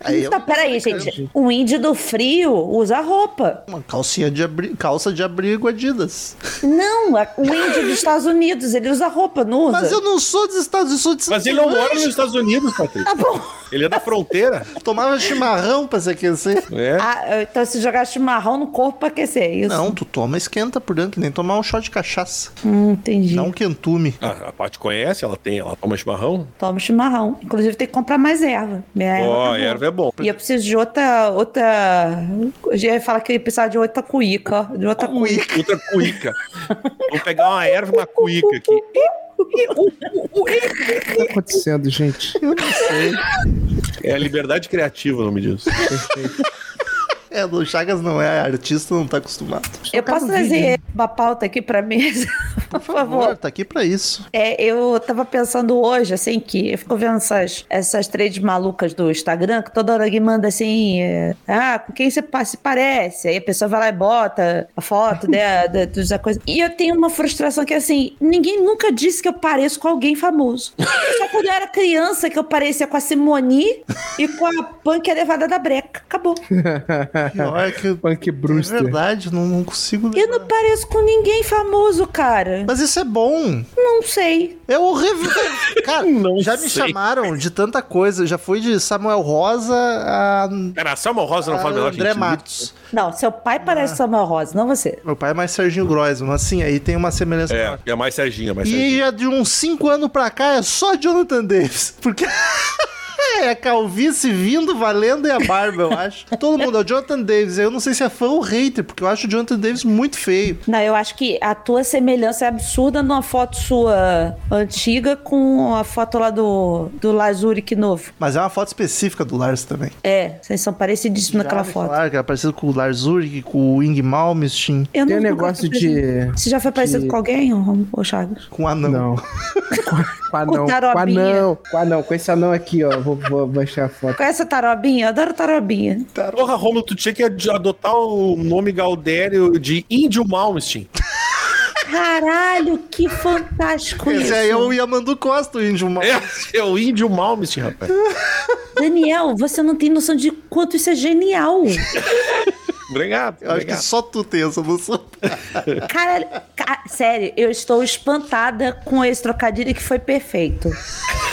Speaker 1: Aí é
Speaker 3: Não, tá- peraí, gente. O índio do frio usa roupa.
Speaker 1: uma calcinha de abri... calça de abrigo Adidas.
Speaker 3: Não, a- o índio dos Estados Unidos, ele usa roupa, não usa?
Speaker 1: Mas eu não sou dos Estados Unidos, sou de
Speaker 2: Mas ele não mora nos Estados Unidos, Patrick.
Speaker 3: Tá bom.
Speaker 2: Ele é da fronteira.
Speaker 1: Tomava chimarrão pra assim. se aquecer.
Speaker 2: É.
Speaker 3: Ah, então se jogar chimarrão no corpo pra aquecer, é isso?
Speaker 1: Não, tu toma esquenta por dentro, que nem tomar um shot de cachaça.
Speaker 3: Hum, entendi.
Speaker 1: Dá um quentume.
Speaker 2: A, a Paty conhece, ela tem, ela toma chimarrão.
Speaker 3: Tomo chimarrão. Inclusive, tem que comprar mais erva. Minha erva
Speaker 2: Ó,
Speaker 3: tá boa.
Speaker 2: erva é bom.
Speaker 3: E eu preciso de outra. outra... Eu já ia falar que eu ia precisar de outra cuíca. ó, De outra cuíca.
Speaker 2: Outra cuíca. Vou pegar uma erva e uma cuíca aqui.
Speaker 4: O que tá acontecendo, gente?
Speaker 2: É a liberdade criativa, o nome disso.
Speaker 1: É, o Chagas não é artista, não tá acostumado.
Speaker 3: Eu posso trazer uma pauta aqui pra mesa? Por favor.
Speaker 1: Amor, tá aqui pra isso.
Speaker 3: É, eu tava pensando hoje, assim, que eu fico vendo essas, essas trades malucas do Instagram, que toda hora alguém manda assim, é, ah, com quem você pa- se parece? Aí a pessoa vai lá e bota a foto né, da, dos- da coisa. E eu tenho uma frustração que, assim, ninguém nunca disse que eu pareço com alguém famoso. Só quando eu era criança que eu parecia com a Simone e com a punk elevada da breca. Acabou.
Speaker 1: Pior que.
Speaker 4: Punk
Speaker 1: É
Speaker 4: Brewster.
Speaker 1: verdade, não, não consigo
Speaker 3: Eu não pareço com ninguém famoso, cara. cara.
Speaker 1: Mas isso é bom.
Speaker 3: Não sei.
Speaker 1: É horrível. velho. Cara,
Speaker 2: Não
Speaker 1: já me
Speaker 2: sei.
Speaker 1: chamaram de tanta coisa. Já fui de Samuel Rosa a,
Speaker 2: Cara, a Selma Rosa não
Speaker 1: a
Speaker 2: faz o menor
Speaker 1: Ah, André
Speaker 2: sentido.
Speaker 1: Matos.
Speaker 3: Não, seu pai parece Samuel Rosa, não você.
Speaker 1: Meu pai é mais Serginho Groisman, assim, aí tem uma semelhança.
Speaker 2: É, é mais Serginho, é mais Serginho.
Speaker 1: E já de uns 5 anos pra cá é só Jonathan Davis. Porque. É a calvície vindo, valendo e a barba, eu acho. Todo mundo é o Jonathan Davis. Eu não sei se é fã ou hater, porque eu acho o Jonathan Davis muito feio.
Speaker 3: Não, eu acho que a tua semelhança é absurda numa foto sua antiga com a foto lá do, do Lazuric novo.
Speaker 1: Mas é uma foto específica do Lars também.
Speaker 3: É, vocês são parecidíssimos naquela foto.
Speaker 1: Claro, que era parecido com o Lars Ulrich, com o Ing Malmsteen,
Speaker 3: Eu
Speaker 4: Tem um
Speaker 3: nunca
Speaker 4: negócio
Speaker 3: fui
Speaker 4: de.
Speaker 3: Você já foi parecido
Speaker 4: de-
Speaker 3: com alguém, ô- ô Chagas?
Speaker 1: com o anão.
Speaker 4: Não. Com a não.
Speaker 3: Com
Speaker 4: Com a
Speaker 3: tarobinha.
Speaker 4: não. Com a não. Com esse anão aqui, ó. Vou, vou baixar a foto.
Speaker 3: Com essa tarobinha? Eu adoro tarobinha.
Speaker 1: tá.
Speaker 2: Porra, Romulo, tu tinha que ad- adotar o nome Gaudério de Índio Malmsteen.
Speaker 3: Caralho, que fantástico
Speaker 1: Esse
Speaker 3: isso.
Speaker 1: aí é o Yamandu Costa, o índio mal.
Speaker 2: É, é o Índio Malmsteen, rapaz.
Speaker 3: Daniel, você não tem noção de quanto isso é genial.
Speaker 2: Obrigado,
Speaker 1: Eu acho que
Speaker 2: obrigado.
Speaker 1: só tu tem essa noção.
Speaker 3: Caralho, ca- sério, eu estou espantada com esse trocadilho que foi perfeito.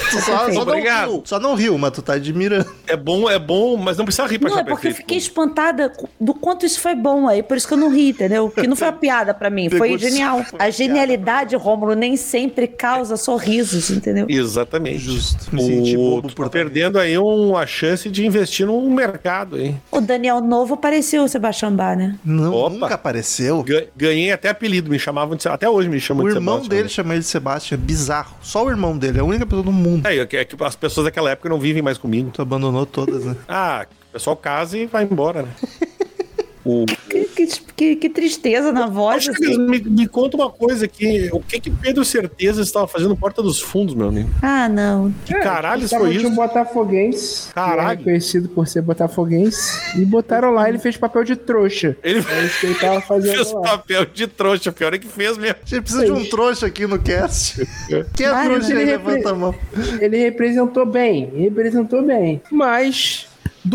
Speaker 1: Tu só, só não
Speaker 2: Obrigado.
Speaker 1: riu. Só não riu, mas tu tá admirando.
Speaker 2: É bom, é bom, mas não precisa rir pra
Speaker 3: Não,
Speaker 2: achar
Speaker 3: é porque eu
Speaker 2: perfeito.
Speaker 3: fiquei espantada co- do quanto isso foi bom aí, por isso que eu não ri, entendeu? Porque não foi uma piada pra mim, foi
Speaker 1: Pegou de
Speaker 3: genial. A genialidade, Rômulo, nem sempre causa sorrisos, entendeu?
Speaker 2: Exatamente.
Speaker 1: Justo. Me senti
Speaker 2: O,
Speaker 1: bobo
Speaker 2: tu
Speaker 1: por
Speaker 2: tá perdendo aí um, a chance de investir num mercado, hein?
Speaker 3: O Daniel Novo apareceu, o Sebastião Bá, né?
Speaker 1: Não,
Speaker 2: Opa.
Speaker 1: nunca apareceu.
Speaker 2: Ga- Ganhei até apelido, me chamavam de Sebastião. Até hoje me chamam
Speaker 1: O
Speaker 2: de
Speaker 1: irmão
Speaker 2: Sebastião.
Speaker 1: dele chama ele de Sebastian. Bizarro. Só o irmão dele. É a única pessoa do mundo.
Speaker 2: É, é que- é que as pessoas daquela época não vivem mais comigo.
Speaker 1: Tu abandonou todas, né?
Speaker 2: Ah, o pessoal casa e vai embora, né? o...
Speaker 3: Que, que- que- que tristeza na voz.
Speaker 2: Acho que
Speaker 3: Assim.
Speaker 2: me, me conta uma coisa aqui. O que que Pedro Certeza estava fazendo no Porta dos Fundos, meu amigo?
Speaker 3: Ah, não.
Speaker 2: Que caralho
Speaker 4: Tava
Speaker 2: foi
Speaker 4: de
Speaker 2: isso?
Speaker 4: um botafoguense.
Speaker 2: Caralho.
Speaker 4: que é Reconhecido por ser botafoguense. E botaram lá, ele fez papel de trouxa.
Speaker 2: Ele
Speaker 4: É isso que ele tava
Speaker 2: fez
Speaker 4: fazendo lá.
Speaker 2: papel de trouxa, pior é que fez mesmo.
Speaker 1: A gente precisa de um trouxa aqui no cast. Quem é
Speaker 3: Vai,
Speaker 1: trouxa
Speaker 4: né?
Speaker 1: aí? Levanta a mão.
Speaker 4: Ele representou bem, representou bem. Mas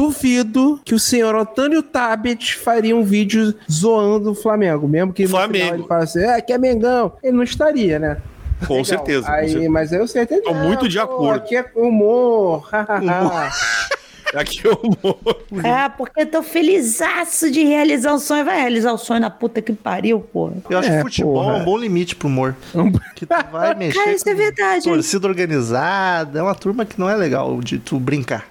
Speaker 4: duvido que o senhor Antônio Tabet faria um vídeo zoando o Flamengo, mesmo que no final
Speaker 2: Flamengo.
Speaker 4: ele falasse, é, que é Mengão. Ele não estaria, né?
Speaker 2: Com
Speaker 4: Legal.
Speaker 2: certeza. com
Speaker 4: Aí,
Speaker 2: certeza.
Speaker 4: Mas eu sei até
Speaker 2: Tô muito de acordo.
Speaker 4: Aqui é humor. hahaha.
Speaker 2: Aqui eu morro.
Speaker 3: Ah, porque eu tô felizaço de realizar o sonho. Vai realizar o sonho na puta que pariu, porra.
Speaker 1: Eu acho que
Speaker 4: É,
Speaker 1: futebol
Speaker 4: porra.
Speaker 1: é um bom limite pro humor. Que tu vai mexer
Speaker 3: Cara, isso é verdade. hein?
Speaker 1: torcida organizada. É uma turma que não é legal de tu brincar.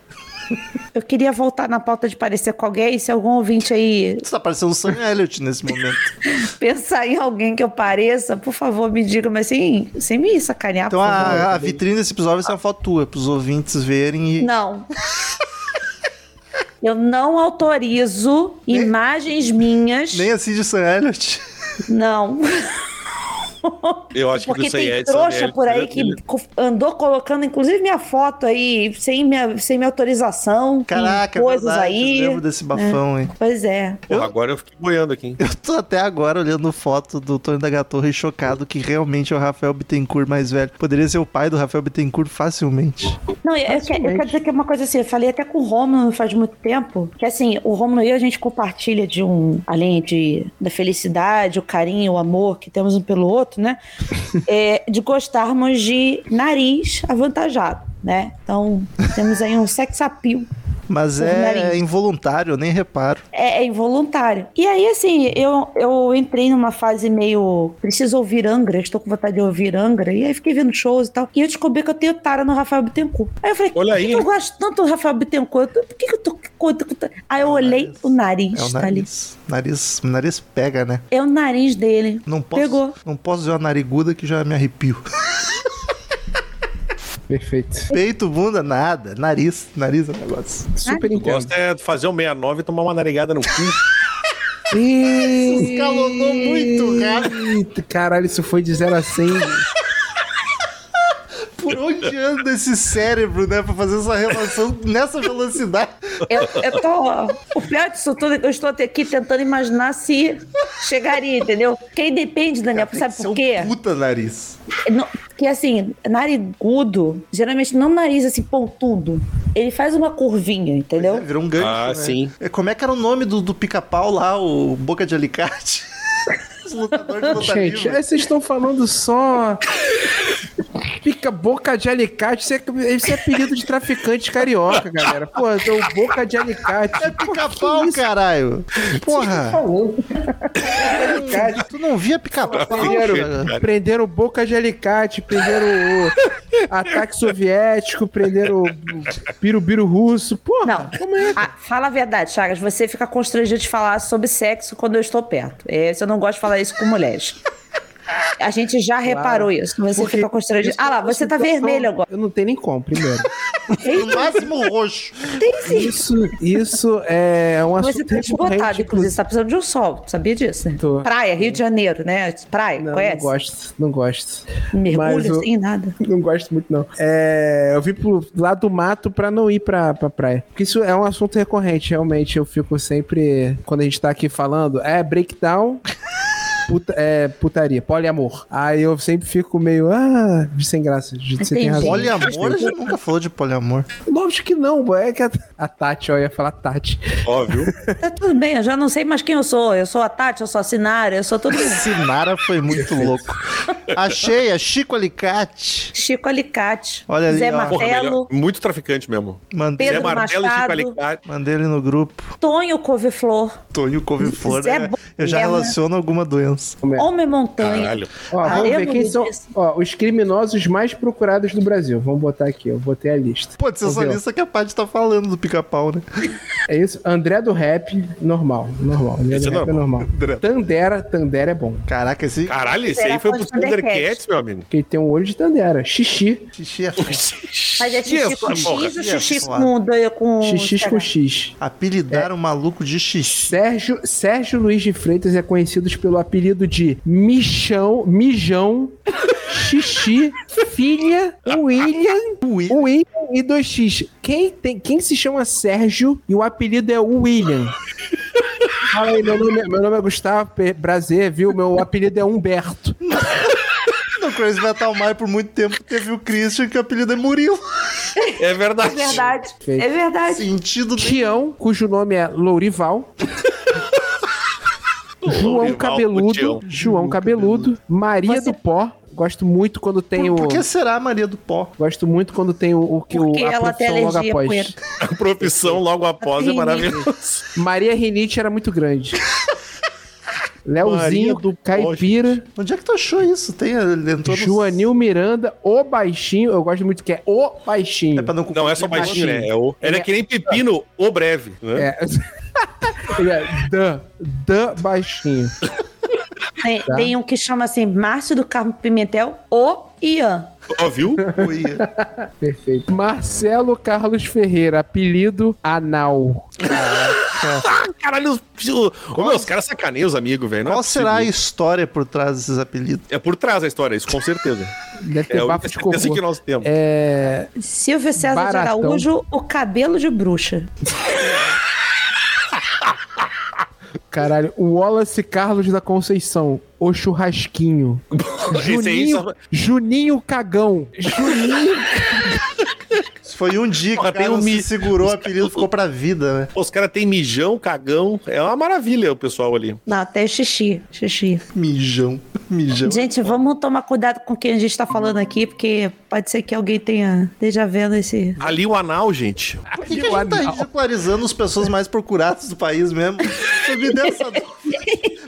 Speaker 3: Eu queria voltar na pauta de parecer com alguém, se algum ouvinte aí
Speaker 1: Você tá parecendo o Sam Elliott nesse
Speaker 3: Tá
Speaker 1: momento.
Speaker 3: pensar em alguém que eu pareça, por favor, me diga, mas sem, sem me sacanear,
Speaker 1: Então
Speaker 3: por favor.
Speaker 1: a, a vitrine desse episódio vai ser uma foto tua, pros ouvintes verem e.
Speaker 3: tá Não. Eu não autorizo imagens minhas.
Speaker 1: Nem assim de Sam Elliott.
Speaker 3: Não.
Speaker 2: Eu acho
Speaker 3: Porque
Speaker 2: que
Speaker 3: tem
Speaker 2: é
Speaker 3: trouxa por aí que co- andou colocando, inclusive, minha foto aí, sem minha, sem minha autorização. em
Speaker 1: Caraca, é
Speaker 3: coisas
Speaker 1: verdade,
Speaker 3: aí. né?
Speaker 1: eu lembro desse bafão, hein?
Speaker 3: Pois é.
Speaker 2: Porra, agora eu fiquei boiando aqui. hein?
Speaker 1: Eu tô até agora olhando foto do Tony da Gatorra e chocado que realmente é o Rafael Bittencourt mais velho. Poderia ser o pai do Rafael Bittencourt facilmente.
Speaker 3: Não, eu, eu que- eu quero dizer que é uma coisa assim, eu falei até com o Romulo faz muito tempo, que assim, o Romulo e eu, a gente compartilha de um, além de, da felicidade, o carinho, o amor que temos um pelo outro, né? É, de gostarmos de nariz avantajado, né? Então, temos aí um sex appeal
Speaker 1: Mas é
Speaker 3: Nariz.
Speaker 1: involuntário, eu nem reparo.
Speaker 3: é, é involuntário. E aí, assim, eu, eu entrei numa fase meio. Preciso ouvir Angra, estou com vontade de ouvir Angra. E aí fiquei vendo shows e tal. E eu descobri que eu tenho tara no Rafael Bittencourt. Aí eu falei,
Speaker 2: Olha
Speaker 3: por
Speaker 2: aí,
Speaker 3: que
Speaker 2: hein?
Speaker 3: eu gosto tanto do Rafael Bittencourt? Por que, que eu tô. co- co- co- Aí eu olhei o nariz,
Speaker 1: É o
Speaker 3: tá ali.
Speaker 1: nariz. Nariz, nariz pega, né?
Speaker 3: É o nariz dele.
Speaker 1: Não posso,
Speaker 3: Pegou.
Speaker 1: não posso ver uma nariguda que já me arrepio.
Speaker 4: Perfeito.
Speaker 1: Peito, bunda, nada. Nariz, nariz é um negócio.
Speaker 4: Super
Speaker 2: Eu
Speaker 4: entendo.
Speaker 2: gosto é de fazer o 69 e tomar uma narigada no cu.
Speaker 4: Ih,
Speaker 1: Escalonou muito rápido.
Speaker 4: eita, Caralho, isso foi de 0 a 100.
Speaker 1: Por onde anda esse cérebro, né? Pra fazer essa relação nessa velocidade.
Speaker 3: Eu, eu tô. O pior disso tudo é que eu estou até aqui tentando imaginar se chegaria, entendeu? Porque aí depende, Daniel. Sabe
Speaker 1: Seu
Speaker 3: por quê?
Speaker 1: Puta nariz.
Speaker 3: É, Não, porque assim, narigudo, geralmente não nariz assim pontudo, ele faz uma curvinha,
Speaker 1: É,
Speaker 3: entendeu?
Speaker 1: virou um gancho.
Speaker 2: Ah,
Speaker 1: né?
Speaker 2: sim.
Speaker 1: É, Como é que era o nome do, do pica-pau lá, o Boca de Alicate? Lutador de luta
Speaker 4: Gente,
Speaker 1: livre.
Speaker 4: aí vocês estão falando só. Pica boca de alicate, isso é, isso é apelido de traficante carioca, galera. Pô, deu boca de alicate.
Speaker 1: É pica-pau, caralho. Porra,
Speaker 4: Falando.
Speaker 1: tu não via pica-pau?
Speaker 2: Traficante,
Speaker 1: cara?
Speaker 2: cara.
Speaker 4: Prenderam boca de alicate, prenderam o ataque soviético, prenderam o birubiru russo. Porra,
Speaker 3: Não.
Speaker 4: como é?
Speaker 3: Ah, fala a verdade, Chagas. Você fica constrangido de falar sobre sexo quando eu estou perto. É, eu não gosto de falar isso com mulheres. A gente já reparou isso. Você
Speaker 4: Porque
Speaker 3: fica constrangido.
Speaker 4: isso é
Speaker 3: Ah lá,
Speaker 4: uma
Speaker 3: você tá
Speaker 4: situação-
Speaker 3: vermelho agora.
Speaker 4: Eu não tenho nem como, primeiro.
Speaker 1: No máximo roxo.
Speaker 3: Tem sim.
Speaker 4: Isso, isso é um assunto
Speaker 3: Você tá desbotado,
Speaker 4: recorrente,
Speaker 3: inclusive. Você tá precisando de um sol. Sabia disso? né?
Speaker 4: Tô.
Speaker 3: Praia, Rio de Janeiro, né? Praia,
Speaker 4: Não, não
Speaker 3: conhece?
Speaker 4: gosto, não gosto. Mas
Speaker 3: Mergulho
Speaker 4: eu-
Speaker 3: sem nada.
Speaker 4: Não gosto muito, não. É, eu vim pro lado do mato pra não ir pra, pra praia. Porque isso é um assunto recorrente, realmente. Eu fico sempre, quando a gente tá aqui falando, é breakdown. puta- é, putaria, poliamor. Aí eu sempre fico meio, ah, sem graça. de- Você tem
Speaker 3: Entendi.
Speaker 4: razão.
Speaker 1: Poliamor? A gente nunca falou de poliamor.
Speaker 4: Lógico que não, é que a, a Tati, ó, eu ia falar Tati.
Speaker 2: Óbvio.
Speaker 3: Tá tudo bem, eu já não sei mais quem eu sou. Eu sou a Tati, eu sou a Sinara, eu sou todo mundo.
Speaker 1: Sinara foi muito louco. Achei, é Chico Alicate.
Speaker 3: Chico Alicate,
Speaker 1: Olha ali,
Speaker 3: Zé
Speaker 1: ó.
Speaker 2: Porra, melhor.
Speaker 3: Martelo,
Speaker 2: Muito traficante mesmo.
Speaker 1: Mandei,
Speaker 2: Zé
Speaker 3: Pedro
Speaker 2: Martelo e Chico
Speaker 3: Machado.
Speaker 2: Alicate.
Speaker 1: mandei ele no grupo.
Speaker 3: Tonho Couve-Flor,
Speaker 1: Tonho Couve-Flor.
Speaker 3: Zé
Speaker 1: né?
Speaker 3: Bo-
Speaker 1: Eu já
Speaker 3: Zé-
Speaker 1: relaciono alguma doença.
Speaker 3: Homem Montanha.
Speaker 2: Caralho.
Speaker 4: Ó,
Speaker 3: Ah,
Speaker 4: vamos
Speaker 3: eu
Speaker 4: ver
Speaker 3: não
Speaker 4: quem
Speaker 3: vi
Speaker 4: são
Speaker 3: disso.
Speaker 4: ó, os criminosos mais procurados do Brasil. Vamos botar aqui, eu botei a lista.
Speaker 1: Pode ser
Speaker 4: Vamos
Speaker 1: essa
Speaker 4: ver, ó.
Speaker 1: lista que a Paty tá falando do pica-pau, né?
Speaker 4: É isso. André do Rap, normal. Normal. André
Speaker 2: Esse
Speaker 4: do
Speaker 2: é
Speaker 4: Rap é
Speaker 1: André.
Speaker 4: normal. Tandera, Tandera é bom.
Speaker 1: Caraca, esse
Speaker 2: Caralho, esse
Speaker 3: Será
Speaker 2: aí foi
Speaker 3: fã
Speaker 2: pro
Speaker 3: de Thundercats?
Speaker 2: Thundercats, meu amigo.
Speaker 4: Porque ele tem um olho de Tandera. Xixi.
Speaker 1: xixi é foda.
Speaker 3: Mas é xixi com
Speaker 2: Essa porra.
Speaker 3: X ou xixi
Speaker 1: Suave.
Speaker 3: com... dois- com
Speaker 4: Xixi
Speaker 3: sei
Speaker 4: com
Speaker 3: lá.
Speaker 4: X.
Speaker 1: Apelidaram o um maluco de xixi.
Speaker 4: Sérgio, Sérgio Luiz de Freitas é conhecido pelo apelido de Michão, Mijão, Xixi, Filha, William, William e 2x. Quem, tem, quem se chama Sérgio e o apelido é William? Fala aí, meu nome, é- meu nome é Gustavo, pe- prazer, viu? Meu apelido é Humberto.
Speaker 1: No Crazy Metal Mind, por muito tempo, teve o Christian, que o apelido é Murilo.
Speaker 2: É verdade.
Speaker 3: É verdade,
Speaker 4: Feito.
Speaker 3: é verdade.
Speaker 1: Sentido de...
Speaker 4: Tião, cujo nome é Lourival. João
Speaker 2: Lourival, o
Speaker 4: Cabeludo.
Speaker 2: Tião.
Speaker 4: João Cabeludo. Maria do Pó. Gosto muito quando tem
Speaker 1: Por, por
Speaker 4: o.
Speaker 1: que será a Maria do Pó?
Speaker 4: Gosto muito quando tem o, o que o,
Speaker 3: Porque ela tem
Speaker 4: logo
Speaker 3: alergia à
Speaker 4: após.
Speaker 3: poeira.
Speaker 2: A profissão logo após é
Speaker 3: Sim.
Speaker 2: maravilhosa.
Speaker 4: Maria Rinite era muito grande. Léozinho
Speaker 1: Maria do
Speaker 4: do
Speaker 1: Pó,
Speaker 4: Caipira,
Speaker 1: Onde é que tu achou isso? Tem, ele entrou no-
Speaker 4: Joanil Miranda, o Baixinho, eu gosto muito que é o Baixinho.
Speaker 1: É pra não confundir.
Speaker 2: Não, é só baixinho,
Speaker 4: baixinho.
Speaker 2: né? É o... Ele é que nem pepino, o breve. Né?
Speaker 4: É. Ele é Dan, Dan Baixinho.
Speaker 3: Tem, tem um que chama assim, Márcio do Carmo Pimentel, o Ian.
Speaker 2: Ó, viu?
Speaker 1: Ui,
Speaker 4: Perfeito. Marcelo Carlos Ferreira, apelido Anal.
Speaker 2: Ah, Caralho, os, o- Ô, meu, os caras sacaneiam os amigos, velho. Não é
Speaker 1: Qual será a
Speaker 2: possível.
Speaker 1: história por trás desses apelidos?
Speaker 2: É por trás da história, isso com certeza.
Speaker 4: Deve
Speaker 2: É
Speaker 4: ter
Speaker 2: a única
Speaker 4: bafo de cocô.
Speaker 2: certeza que nós temos.
Speaker 4: É,
Speaker 3: Silvio César
Speaker 4: Baratão.
Speaker 3: de Araújo, o cabelo de bruxa.
Speaker 4: caralho. Wallace Carlos da Conceição, o churrasquinho.
Speaker 2: Esse aí só-
Speaker 4: Juninho, Juninho Cagão. Juninho.
Speaker 1: Isso Foi um dia que
Speaker 2: Porra,
Speaker 1: o cara
Speaker 2: tem um
Speaker 1: não se
Speaker 2: mi-
Speaker 1: segurou, o apelido ficou pra vida, né?
Speaker 2: Pô, os caras têm mijão, cagão. É uma maravilha o pessoal ali.
Speaker 3: Não, até é xixi, xixi.
Speaker 1: Mijão, mijão.
Speaker 3: Gente, vamos tomar cuidado com quem a gente tá falando aqui, porque pode ser que alguém tenha, esteja vendo esse...
Speaker 2: Ali o anal, gente.
Speaker 4: É
Speaker 1: Por que, que a gente tá ridicularizando as pessoas mais procuradas do país mesmo? Você me deu essa dúvida.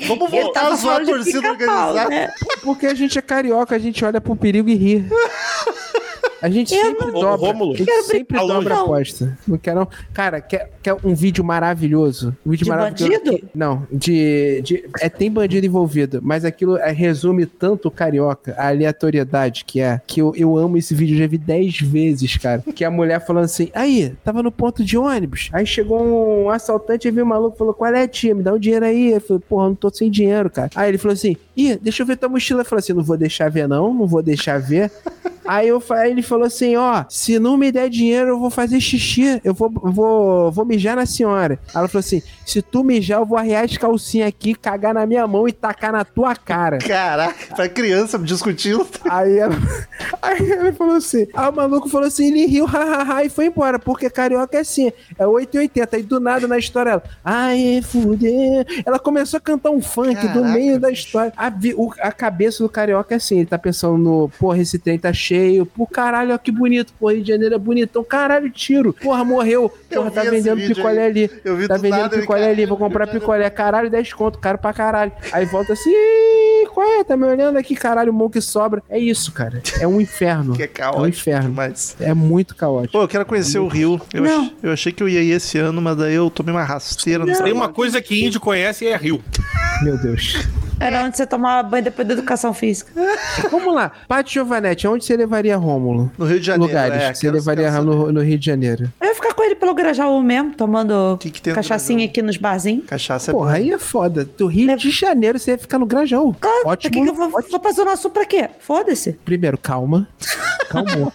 Speaker 1: Vamos
Speaker 3: Ele
Speaker 1: voltar a
Speaker 3: tava
Speaker 1: zoar a
Speaker 3: falando de
Speaker 1: torcida
Speaker 3: pica-pau,
Speaker 1: organizada.
Speaker 3: né?
Speaker 4: Porque a gente é carioca, a gente olha pro perigo e ri. A gente sempre
Speaker 2: não-
Speaker 4: dobra.
Speaker 2: Rômulo,
Speaker 4: a gente
Speaker 2: quero
Speaker 4: sempre
Speaker 2: brincar
Speaker 4: dobra a
Speaker 3: longe.
Speaker 4: aposta. Não quero não. Cara, quer, quer um vídeo maravilhoso? Um vídeo
Speaker 3: De
Speaker 4: maravilhoso.
Speaker 3: bandido?
Speaker 4: Não, de, de- É, tem bandido envolvido, mas aquilo é, resume tanto o carioca, a aleatoriedade que é. Que eu, eu amo esse vídeo, já vi 10 vezes, cara. Que a mulher falando assim: aí, tava no ponto de ônibus. Aí chegou um assaltante e viu um maluco falou: qual é, tia? Me dá um dinheiro aí. Eu falei: porra, eu não tô sem dinheiro, cara. Aí ele falou assim: ih, deixa eu ver tua mochila. Eu falei assim: não vou deixar ver, não, não vou deixar ver. Aí eu, fa- aí ele falou assim: ó, se não me der dinheiro, eu vou fazer xixi, eu vou, vou, vou mijar na senhora. Aí ela falou assim: se tu mijar, eu vou arriar as calcinhas aqui, cagar na minha mão e tacar na tua cara.
Speaker 1: Caraca, pra criança discutindo.
Speaker 4: Aí ela, aí ela falou assim, aí o maluco falou assim, ele riu, hahaha, e foi embora, porque carioca é assim, é 880, aí do nada na história ela, ai, fudeu, ela começou a cantar um funk do
Speaker 1: Caraca,
Speaker 4: meio da
Speaker 1: bicho.
Speaker 4: história, a, vi- o- a cabeça do carioca é assim, ele tá pensando no, porra, esse trem tá cheio, pô, caralho, ó, que bonito, pô, Rio de Janeiro é bonitão, caralho, tiro, porra, morreu,
Speaker 1: Eu
Speaker 4: porra, tá
Speaker 1: vi esse
Speaker 4: vendendo
Speaker 1: vídeo
Speaker 4: picolé
Speaker 1: aí.
Speaker 4: ali,
Speaker 1: Eu vi
Speaker 4: tá
Speaker 1: do
Speaker 4: vendendo
Speaker 1: nada, ele,
Speaker 4: picolé ali,
Speaker 1: caralho,
Speaker 4: vou comprar
Speaker 1: do nada.
Speaker 4: picolé, caralho, 10 conto, caro pra caralho. Aí volta assim, "Ih, qual é? Tá me olhando aqui, caralho, o mão que sobra. É isso, cara. É um inferno.
Speaker 1: Que é
Speaker 4: É um
Speaker 1: caótico
Speaker 4: inferno.
Speaker 1: demais.
Speaker 4: É muito caótico.
Speaker 1: Pô, eu quero conhecer o Rio. Eu,
Speaker 3: Não.
Speaker 1: ach- eu achei que eu ia ir esse ano, mas daí eu tomei uma rasteira no
Speaker 2: Tem
Speaker 1: trabalho.
Speaker 2: uma coisa que índio conhece e é rio.
Speaker 4: Meu Deus.
Speaker 3: Era onde você tomava banho depois da educação física.
Speaker 4: Vamos lá. Pati Giovanetti, aonde você levaria Rômulo?
Speaker 1: No Rio de Janeiro.
Speaker 4: Lugares
Speaker 1: é,
Speaker 4: que você
Speaker 1: quero-
Speaker 4: levaria
Speaker 1: quero saber.
Speaker 4: no, no Rio de Janeiro.
Speaker 3: Eu ia ficar com ele pelo Grajaú mesmo, tomando
Speaker 1: Que que tem no
Speaker 3: cachaçinha
Speaker 1: Grajaú?
Speaker 3: aqui nos barzinhos.
Speaker 1: Cachaça é
Speaker 4: Porra, aí é foda. Do
Speaker 1: Né?
Speaker 4: Rio de Janeiro você ia ficar no Grajão.
Speaker 3: Claro, Ah, pra que
Speaker 4: Ótimo.
Speaker 3: que eu vou, vou pra Zona Sul pra quê? Foda-se.
Speaker 4: Primeiro, calma. Calma.
Speaker 1: bom.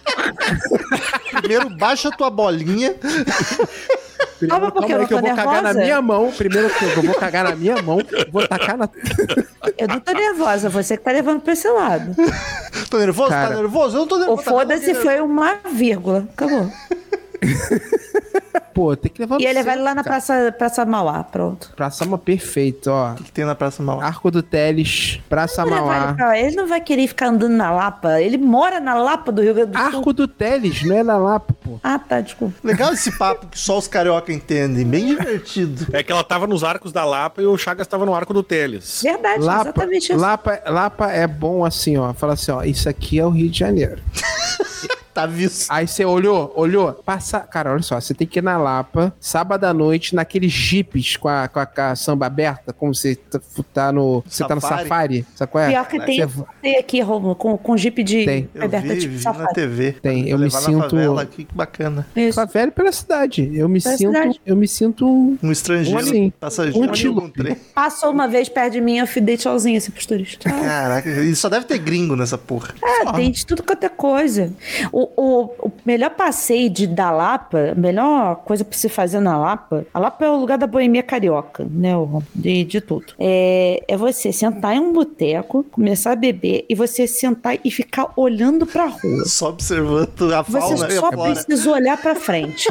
Speaker 1: Primeiro baixa tua bolinha.
Speaker 3: Calma, porque eu
Speaker 4: aí
Speaker 3: não
Speaker 4: que
Speaker 3: tô
Speaker 4: eu vou cagar na
Speaker 3: nervosa.
Speaker 4: minha mão. Primeiro que eu vou cagar na minha mão, vou tacar na.
Speaker 3: Eu não tô nervosa, você que tá levando pra esse lado.
Speaker 1: Tô nervoso?
Speaker 4: Cara.
Speaker 1: Tá nervoso? Eu não tô
Speaker 3: O
Speaker 1: nervoso. tá
Speaker 3: foda-se
Speaker 1: nervoso.
Speaker 3: foi uma vírgula. Acabou.
Speaker 4: Tá Pô, tem que levar
Speaker 3: E
Speaker 4: no
Speaker 3: ele levar ele lá na
Speaker 4: centro, cara.
Speaker 3: Praça, praça Mauá, pronto.
Speaker 4: Praça Mauá, perfeito, ó.
Speaker 1: O que tem na Praça Mal?
Speaker 4: Arco do Teles, Praça
Speaker 3: Vou levar
Speaker 4: Mauá.
Speaker 3: ele, pra lá. Ele não vai querer ficar andando na Lapa. Ele mora na Lapa do Rio Grande do Sul.
Speaker 4: Arco do Teles, não é na Lapa, pô.
Speaker 3: Ah, tá, desculpa.
Speaker 1: Legal esse papo que só os carioca entendem. Bem divertido.
Speaker 2: É que ela tava nos arcos da Lapa e o Chagas tava no arco do Teles.
Speaker 3: Verdade,
Speaker 4: Lapa,
Speaker 3: é exatamente isso.
Speaker 4: Lapa, Lapa é bom assim, ó. Fala assim, ó, isso aqui é o Rio de Janeiro.
Speaker 1: Tá visto.
Speaker 4: Aí você olhou, olhou, passa. Cara, olha só, você tem que ir na Lapa, sábado à noite, naqueles jipes com a, com a, com a samba aberta, como você tá, tá no. Você tá no
Speaker 1: Safari.
Speaker 4: safari, sabe qual é?
Speaker 3: Pior que tem,
Speaker 4: Você va-
Speaker 3: tem aqui, Romulo, com, com jipe de
Speaker 4: Tem.
Speaker 1: né, Eu
Speaker 3: Roberta,
Speaker 1: vi,
Speaker 3: tipo
Speaker 1: vi na
Speaker 3: safado.
Speaker 1: TV.
Speaker 4: Tem,
Speaker 1: Vou
Speaker 4: eu me
Speaker 1: levar na
Speaker 4: sinto-
Speaker 1: favela aqui, que bacana.
Speaker 3: Isso.
Speaker 4: Favela pela cidade. Eu me
Speaker 3: Pela
Speaker 4: sinto.
Speaker 3: cidade.
Speaker 4: Eu me sinto um.
Speaker 1: Um estrangeiro,
Speaker 4: Sim.
Speaker 1: passageiro,
Speaker 4: Um antílope.
Speaker 1: num trem.
Speaker 3: Passou uma vez perto de mim, eu fui- dei tchauzinho assim pros turistas.
Speaker 1: Caraca, e só deve ter gringo nessa porra.
Speaker 3: Ah, tem de tudo quanto é coisa. O, o, o melhor passeio de, da Lapa, a melhor coisa pra se fazer na Lapa, a Lapa é o lugar da boemia carioca, né? o- De, de tudo. É, é você sentar em um boteco, começar a beber e você sentar e ficar olhando pra rua.
Speaker 1: Só observando a
Speaker 3: Você
Speaker 1: fauna e a
Speaker 3: só
Speaker 1: flora.
Speaker 3: precisa olhar pra frente.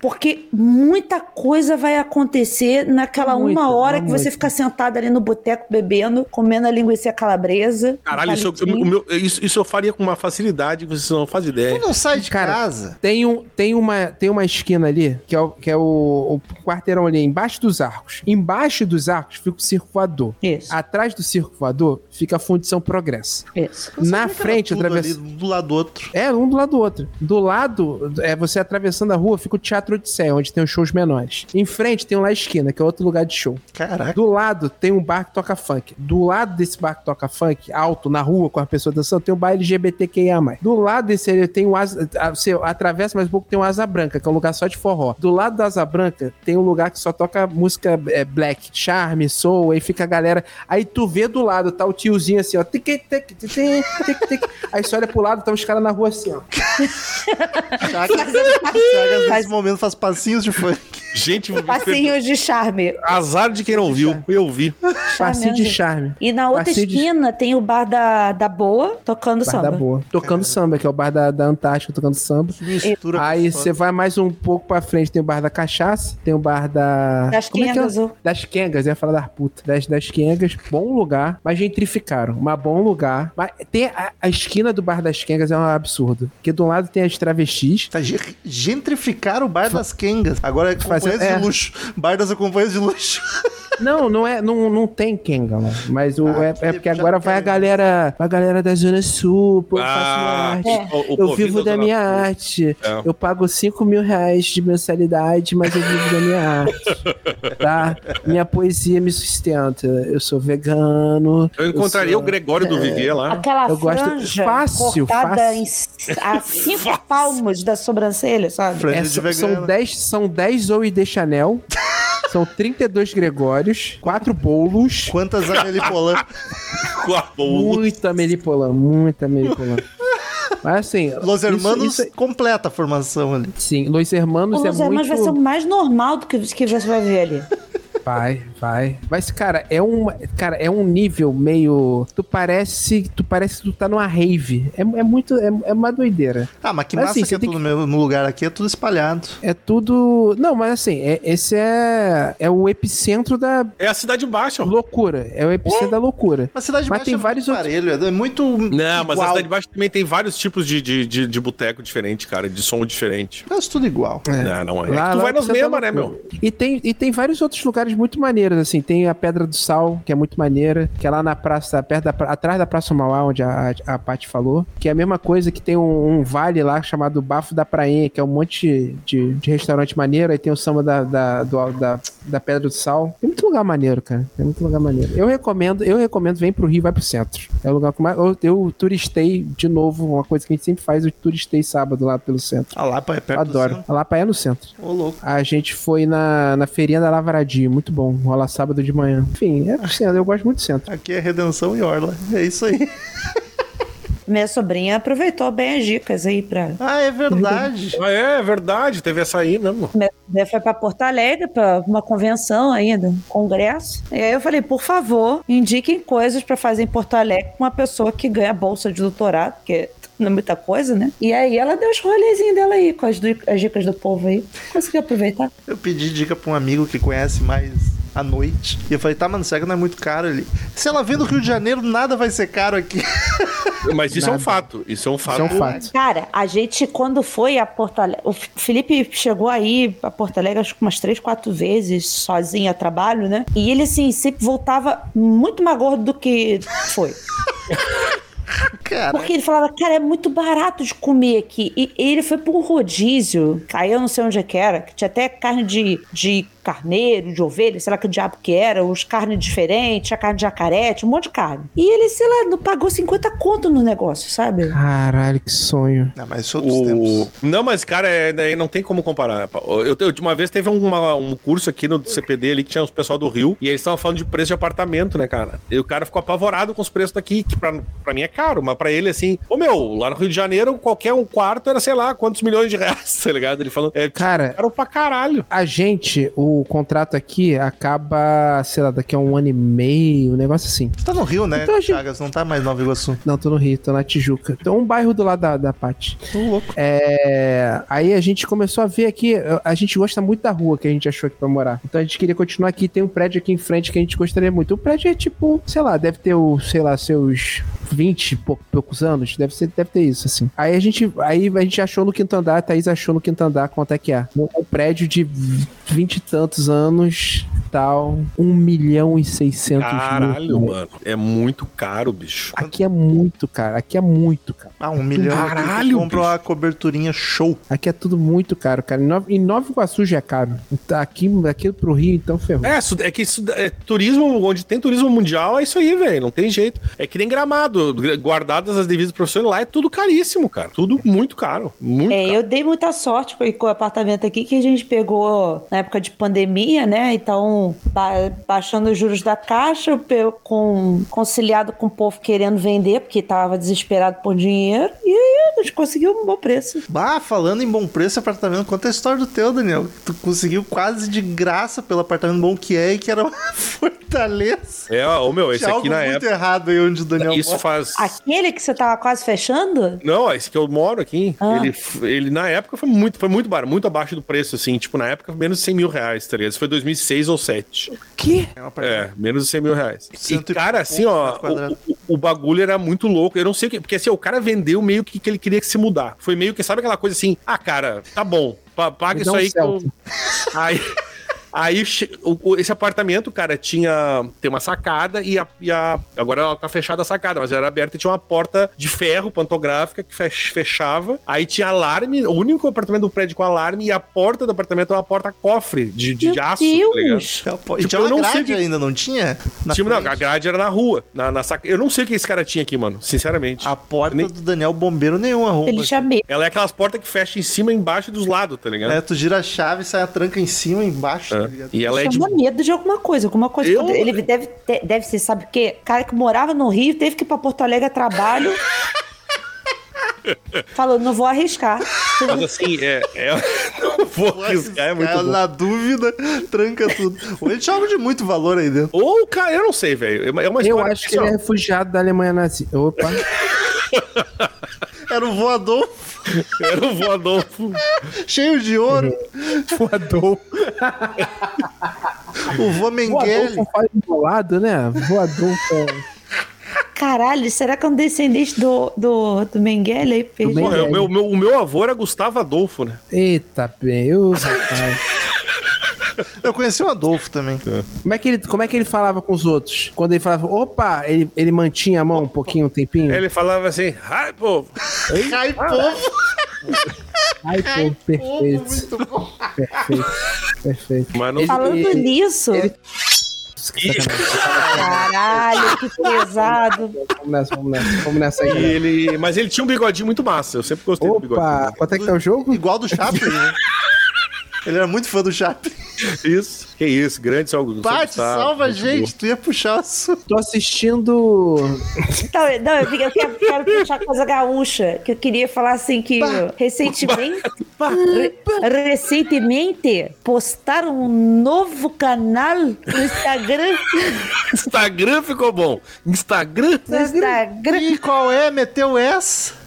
Speaker 3: Porque muita coisa vai acontecer naquela
Speaker 4: Muita,
Speaker 3: uma hora que
Speaker 4: muita.
Speaker 3: você fica sentado ali no boteco bebendo, comendo a linguiça calabresa. um
Speaker 2: Caralho, isso, eu-
Speaker 3: palitinho.
Speaker 2: o meu- isso- isso eu faria com uma facilidade que vocês não fazem
Speaker 1: Tu
Speaker 2: ideia.
Speaker 1: não sai de
Speaker 4: Cara,
Speaker 1: casa.
Speaker 4: Tem, um, tem, uma, tem uma esquina ali, que é, o, que é o, o quarteirão ali, embaixo dos arcos. Embaixo dos arcos fica o circo voador.
Speaker 3: Isso,
Speaker 4: Atrás do circo voador fica a fundição progresso.
Speaker 3: isso.
Speaker 1: Eu sabia
Speaker 4: na
Speaker 1: que era
Speaker 4: frente,
Speaker 1: tudo
Speaker 4: atravessa-
Speaker 1: ali, um do lado do outro.
Speaker 4: É, um do lado do outro. Do lado, é você atravessando a rua, fica o Teatro Odisseia, onde tem os shows menores. Em frente tem o La Esquina, que é outro lugar de show.
Speaker 1: Caraca.
Speaker 4: Do lado tem um bar que toca funk. Do lado desse bar que toca funk, alto, na rua, com as pessoas dançando, tem um bar LGBTQIA. Do lado desse aí tem o Asa. a- Você atravessa mais um pouco, tem o Asa Branca, que é um lugar só de forró. Do lado da Asa Branca tem um lugar que só toca música é, black, charme, soul, aí fica a galera. Aí tu vê do lado, tá o tiozinho assim, ó. Tic, tic, tic, tic, tic, tic. Aí você olha pro lado, tá os caras na rua assim, ó.
Speaker 1: Chagas,
Speaker 3: tá
Speaker 1: Chagas nesse momento faz passinhos de funk.
Speaker 2: Gente, assim,
Speaker 3: Passinhos de charme.
Speaker 4: assim,
Speaker 2: azar de quem não viu. Eu vi.
Speaker 4: Passinho de
Speaker 3: Charme. né,
Speaker 4: charme.
Speaker 3: E na outra
Speaker 4: Passinho de-
Speaker 3: esquina tem o bar da, da Boa tocando
Speaker 4: Bar
Speaker 3: samba.
Speaker 4: da boa. Tocando samba, que é o bar da, da Antártica tocando samba.
Speaker 1: Mistura.
Speaker 4: Aí
Speaker 1: com
Speaker 4: você vai mais um pouco pra frente, tem o bar da cachaça, tem o bar da.
Speaker 3: Das
Speaker 4: Como é que é?
Speaker 3: quengas, ô.
Speaker 4: Das quengas, eu ia falar das putas. Das, das quengas, bom lugar, mas gentrificaram. Mas bom lugar. Mas tem a, a esquina do bar das quengas é um absurdo. Porque de um lado tem as travestis.
Speaker 1: Tá ge- gentrificar o bar das quengas. Agora é companhias
Speaker 4: é.
Speaker 1: de luxo. Bar das companhias de luxo.
Speaker 4: Não, não é, não, não tem quenga, mano. Mas o,
Speaker 1: Ah,
Speaker 4: é,
Speaker 1: que
Speaker 4: é
Speaker 1: já
Speaker 4: porque agora
Speaker 1: tem.
Speaker 4: vai a galera, a galera da Zona Sul, pô, eu
Speaker 2: Ah,
Speaker 3: É.
Speaker 4: faço arte.
Speaker 2: o- o
Speaker 4: eu
Speaker 2: povinho
Speaker 4: vivo
Speaker 2: da
Speaker 4: da
Speaker 2: Zona
Speaker 4: minha
Speaker 2: Sul.
Speaker 4: arte.
Speaker 2: É.
Speaker 4: Eu pago 5 mil reais de mensalidade, mas eu vivo da minha arte. Tá? Minha poesia me sustenta. Eu sou vegano.
Speaker 2: Eu encontraria
Speaker 4: sou-
Speaker 2: o Gregório do Vivier lá.
Speaker 3: Aquela
Speaker 4: Eu gosto-
Speaker 3: franja
Speaker 4: fácil,
Speaker 3: cortada
Speaker 4: fácil.
Speaker 3: Em, c- a cinco palmos da sobrancelha, sabe?
Speaker 1: Franja
Speaker 4: É,
Speaker 1: de
Speaker 4: são-
Speaker 1: vegana.
Speaker 4: são 10 são 10 Zoe de Chanel. São 32 Gregórios, 4 bolos.
Speaker 1: Quantas Amelie Polan?
Speaker 2: Com a boa.
Speaker 4: Muita Melipolan, muita Melipolan. Mas assim.
Speaker 1: Los
Speaker 4: isso-
Speaker 1: Hermanos
Speaker 4: isso é-
Speaker 1: completa a formação ali.
Speaker 4: sim, Los Hermanos
Speaker 3: O
Speaker 4: é
Speaker 3: Los Hermanos
Speaker 4: muito.
Speaker 3: vai ser o mais normal do que, que você vai ver ali.
Speaker 4: Vai, vai. Mas, cara, é um. Cara, é um nível meio. Tu parece. Tu parece que tu tá numa rave. É, é muito. É, é uma doideira.
Speaker 1: Ah, mas que
Speaker 4: Mas,
Speaker 1: massa
Speaker 4: assim,
Speaker 1: que
Speaker 4: você
Speaker 1: é
Speaker 4: tem
Speaker 1: tudo no mesmo lugar aqui, é tudo espalhado.
Speaker 4: É tudo. Não, mas assim, é- esse é. É o epicentro da
Speaker 2: É a Cidade Baixa. ó.
Speaker 4: loucura. É o epicentro da loucura.
Speaker 1: Mas Cidade
Speaker 4: Mas
Speaker 1: Baixa
Speaker 4: tem
Speaker 1: é muito
Speaker 4: vários outros-
Speaker 1: aparelho, é muito...
Speaker 2: Não, mas a
Speaker 1: igual.
Speaker 2: Cidade Baixa também tem vários tipos de, de, de, de boteco diferente, cara, de som diferente.
Speaker 1: Mas tudo igual.
Speaker 2: Não, não é. é
Speaker 4: Lá-
Speaker 2: que tu
Speaker 4: lá
Speaker 2: vai nos
Speaker 4: você tá
Speaker 2: mesmas, né,
Speaker 4: loucura.
Speaker 2: meu?
Speaker 4: E tem, e tem vários outros lugares muito maneiros, assim. Tem a Pedra do Sal, que é muito maneira, que é lá na praça, perto da, pra- atrás da Praça Mauá, onde a, a, a Paty falou. Que é a mesma coisa que tem um, um vale lá chamado Bafo da Prainha, que é um monte de, de restaurante maneiro. Aí tem o samba da, da, do al- da, da Pedra do Sal. Tem muito lugar maneiro, cara. Tem muito lugar maneiro. Eu recomendo, eu recomendo, vem pro Rio, vai pro centro. É o lugar que mais. Eu, eu turistei de novo, uma coisa que a gente sempre faz, eu turistei sábado lá pelo centro.
Speaker 1: Ah lá, pô, é perto do
Speaker 4: Adoro.
Speaker 1: centro.
Speaker 4: A Lapa é no centro.
Speaker 1: Ô, louco.
Speaker 4: A gente foi na, na feirinha da Lavradio, muito bom. Rola sábado de manhã. Enfim, é pro centro, eu gosto muito do centro.
Speaker 1: Aqui é Redenção e Orla. É isso aí.
Speaker 3: Minha sobrinha aproveitou bem as dicas aí pra.
Speaker 1: Ah, é verdade.
Speaker 2: Ah, é, é verdade, teve essa aí mesmo.
Speaker 3: Minha sobrinha foi pra Porto Alegre, pra uma convenção ainda, um congresso. E aí eu falei, por favor, indiquem coisas pra fazer em Porto Alegre com uma pessoa que ganha bolsa de doutorado, porque não é muita coisa, né? E aí ela deu os rolezinhos dela aí, com as, du- as dicas do povo aí. Consegui aproveitar.
Speaker 1: Eu pedi dica pra um amigo que conhece mais à noite. E eu falei, tá, mano, será que não é muito caro ali? Se ela vem do Rio de Janeiro, nada vai ser caro aqui.
Speaker 2: Mas isso é um
Speaker 4: Nada.
Speaker 2: fato. Isso é um fato.
Speaker 4: Isso é um fato.
Speaker 3: Cara, a gente, quando foi a Porto Alegre. O F- Felipe chegou aí a Porto Alegre, acho que umas três, quatro vezes, sozinho a trabalho, né? E ele, assim, sempre voltava muito mais gordo do que foi.
Speaker 1: Cara,
Speaker 3: Porque ele falava, cara, é muito barato de comer aqui. E ele foi pra um rodízio, aí eu não sei onde é que era, que tinha até carne de, de carneiro, de ovelha, sei lá que diabo que era, os carnes diferentes, a carne de jacaré, tinha um monte de carne. E ele, sei lá, não pagou 50 conto no negócio, sabe?
Speaker 4: Caralho, que sonho.
Speaker 1: não, mas isso é outros
Speaker 2: O...
Speaker 1: tempos.
Speaker 2: Não, mas, cara, é, daí não tem como comparar. pá. Eu, eu, de uma vez teve uma- um curso aqui no CPD ali que tinha os pessoal do Rio e eles estavam falando de preço de apartamento, né, cara? E o cara ficou apavorado com os preços daqui, que pra, pra mim é caro, mas pra ele, assim, ô meu, lá no Rio de Janeiro, qualquer um quarto era, sei lá, quantos milhões de reais, tá ligado? Ele falou, é,
Speaker 4: Cara,
Speaker 2: caro pra caralho.
Speaker 4: a gente, o contrato aqui acaba, sei lá, daqui a um ano e meio, um negócio assim.
Speaker 1: Você tá no Rio, né,
Speaker 4: Então, gente-
Speaker 1: Chagas? Não tá mais em Nova Iguaçu.
Speaker 4: Não, tô no Rio, tô na Tijuca. Tô um bairro do lado da, da Pati.
Speaker 1: Tô louco.
Speaker 4: É, aí a gente começou a ver aqui, a gente gosta muito da rua que a gente achou aqui pra morar. Então a gente queria continuar aqui, tem um prédio aqui em frente que a gente gostaria muito. O prédio é tipo, sei lá, deve ter, o, sei lá, seus 20 e pou- poucos anos, deve, ser, deve ter isso, assim. Aí a gente, aí a gente achou no quinto andar, a Thaís achou no quinto andar quanto é que é. Um, um prédio de 20 e tantos anos, tal, 1 milhão e 600
Speaker 2: Caralho,
Speaker 4: mil.
Speaker 2: mano. É muito caro, bicho.
Speaker 4: Aqui é muito, cara, aqui é muito, cara.
Speaker 1: Ah, um milhão. aqui, tu
Speaker 2: Caralho,
Speaker 1: Compra
Speaker 2: bicho.
Speaker 1: uma coberturinha show.
Speaker 4: Aqui é tudo muito caro, cara. Em Nova, em Nova Iguaçu já é caro. Tá Aqui, aqui pro Rio, então ferrou.
Speaker 2: É, su- é que isso, é, turismo, onde tem turismo mundial, é isso aí, velho. Não tem jeito. É que nem gramado. Guardadas as devidas profissões, lá é tudo caríssimo, cara. Tudo muito caro. Muito
Speaker 3: É,
Speaker 2: caro.
Speaker 3: eu dei muita sorte com, com o apartamento aqui que a gente pegou na época de pandemia, né? Então, ba- baixando os juros da caixa, eu pe- com, conciliado com o povo querendo vender, porque tava desesperado por dinheiro, e aí a gente conseguiu um bom preço.
Speaker 1: Bah, falando em bom preço, apartamento, conta a história do teu, Daniel. Tu conseguiu quase de graça pelo apartamento bom que é e que era uma fortaleza.
Speaker 2: É, ô meu, esse
Speaker 1: Tinha
Speaker 2: aqui na
Speaker 1: muito
Speaker 2: época.
Speaker 1: errado né? aí onde o Daniel
Speaker 2: Isso
Speaker 1: mora.
Speaker 2: faz.
Speaker 3: Aquele que você tava quase fechando?
Speaker 2: Não, esse que eu moro aqui,
Speaker 3: Ah.
Speaker 2: ele, ele na época foi muito, foi muito barato, muito abaixo do preço, assim. Tipo, na época, menos de 100 mil reais, tá ligado? Isso foi 2006 ou 2007.
Speaker 4: Que?
Speaker 1: É um
Speaker 2: É,
Speaker 1: apartamento.
Speaker 2: menos de 100 mil reais.
Speaker 1: Cento
Speaker 2: e,
Speaker 1: e
Speaker 2: cara,
Speaker 1: poucos
Speaker 2: assim, ó,
Speaker 1: metros quadrados.
Speaker 2: o, o- o bagulho era muito louco. Eu não sei o que. Porque assim, o cara vendeu meio que, que ele queria que se mudar. Foi meio que, sabe aquela coisa assim, ah, cara, tá bom, pa- paga
Speaker 4: Me
Speaker 2: isso
Speaker 4: dá um
Speaker 2: aí que eu-
Speaker 4: Celta.
Speaker 2: Aí. Aí che- o- o- esse apartamento, cara, tinha tem uma sacada e a, e a- agora ela tá fechada a sacada, mas era aberta e tinha uma porta de ferro pantográfica que fech- fechava. Aí tinha alarme, o único apartamento do prédio com alarme e a porta do apartamento era uma porta cofre de, de
Speaker 3: Meu
Speaker 2: aço. tá ligado?
Speaker 3: Deus!
Speaker 1: É. Pô, E
Speaker 2: Tipo,
Speaker 1: tinha
Speaker 2: eu
Speaker 1: uma
Speaker 2: não sei
Speaker 1: grade
Speaker 2: que-
Speaker 1: ainda, não tinha? Na
Speaker 2: Tipo, não,
Speaker 1: frente.
Speaker 2: a grade era na rua, na, na saca. Eu não sei o que esse cara tinha aqui, mano, sinceramente.
Speaker 1: A porta
Speaker 2: Nem-
Speaker 1: do Daniel Bombeiro nenhuma arromba.
Speaker 3: Ele chamei.
Speaker 2: Ela é aquelas portas que fecha em cima e embaixo e dos lados, tá ligado?
Speaker 1: É, tu gira a chave, sai a tranca em cima e embaixo, tá
Speaker 2: É.
Speaker 1: ligado?
Speaker 2: E ela é de
Speaker 3: Chamou medo de alguma coisa, alguma coisa.
Speaker 2: Eu-
Speaker 3: Ele deve, ter- deve ser, sabe o quê? Cara que morava no Rio, teve que ir pra Porto Alegre a trabalho. Falou, não vou arriscar.
Speaker 2: Mas assim, é. é... Não vou arriscar, é muito
Speaker 1: Cara,
Speaker 2: bom.
Speaker 1: na dúvida, tranca tudo. Ou ele joga de muito valor aí dentro.
Speaker 2: Ou, cara, eu não sei, velho. É uma- É uma
Speaker 4: Eu
Speaker 2: história
Speaker 4: acho que ele é
Speaker 2: assim,
Speaker 4: refugiado da Alemanha nazi. Opa.
Speaker 1: Era um voador
Speaker 2: ó. Era o voador.
Speaker 1: cheio de ouro,
Speaker 4: Voador.
Speaker 1: o vô
Speaker 4: Voador
Speaker 1: Mengele.
Speaker 4: com faz embolado, né? Voador com...
Speaker 3: Caralho, será que é um descendente do, do, do Mengele aí? Perdi.
Speaker 2: Porra, o, meu, meu- o meu avô era Gustavo Adolfo, né?
Speaker 4: Eita, bem. Eu, rapaz.
Speaker 1: Eu conheci o Adolfo também.
Speaker 4: Como é, que ele, como é que ele falava com os outros? Quando ele falava, opa, ele, ele mantinha a mão um pouquinho, um tempinho?
Speaker 2: Ele falava assim, ai, pô,
Speaker 1: Cai povo.
Speaker 4: Ai, pô, perfeito. Perfeito. Perfeito.
Speaker 2: mas não
Speaker 4: Ele-
Speaker 3: Falando
Speaker 4: ele-
Speaker 3: nisso.
Speaker 4: ele- tá
Speaker 3: Caralho, que pesado.
Speaker 4: Vamos nessa, vamos nessa. Vamos nessa
Speaker 2: E
Speaker 4: aí.
Speaker 2: ele... Mas ele tinha um bigodinho muito massa. Eu sempre gostei do
Speaker 4: Opa,
Speaker 2: um bigodinho.
Speaker 4: quanto é que tá o jogo?
Speaker 1: Igual do Chaplin, né? Ele era muito fã do Chaplin.
Speaker 2: Isso. Que isso, grande salvo.
Speaker 1: Paty, salva a gente. Tu ia puxar o assunto.
Speaker 4: Tô assistindo.
Speaker 3: Então, não, eu, eu quero, quero puxar coisa gaúcha, que eu queria falar assim que recentemente, re- recentemente postaram um novo canal no Instagram,
Speaker 2: Instagram ficou bom. Instagram?
Speaker 3: no Instagram
Speaker 1: E qual é? Meteu essa?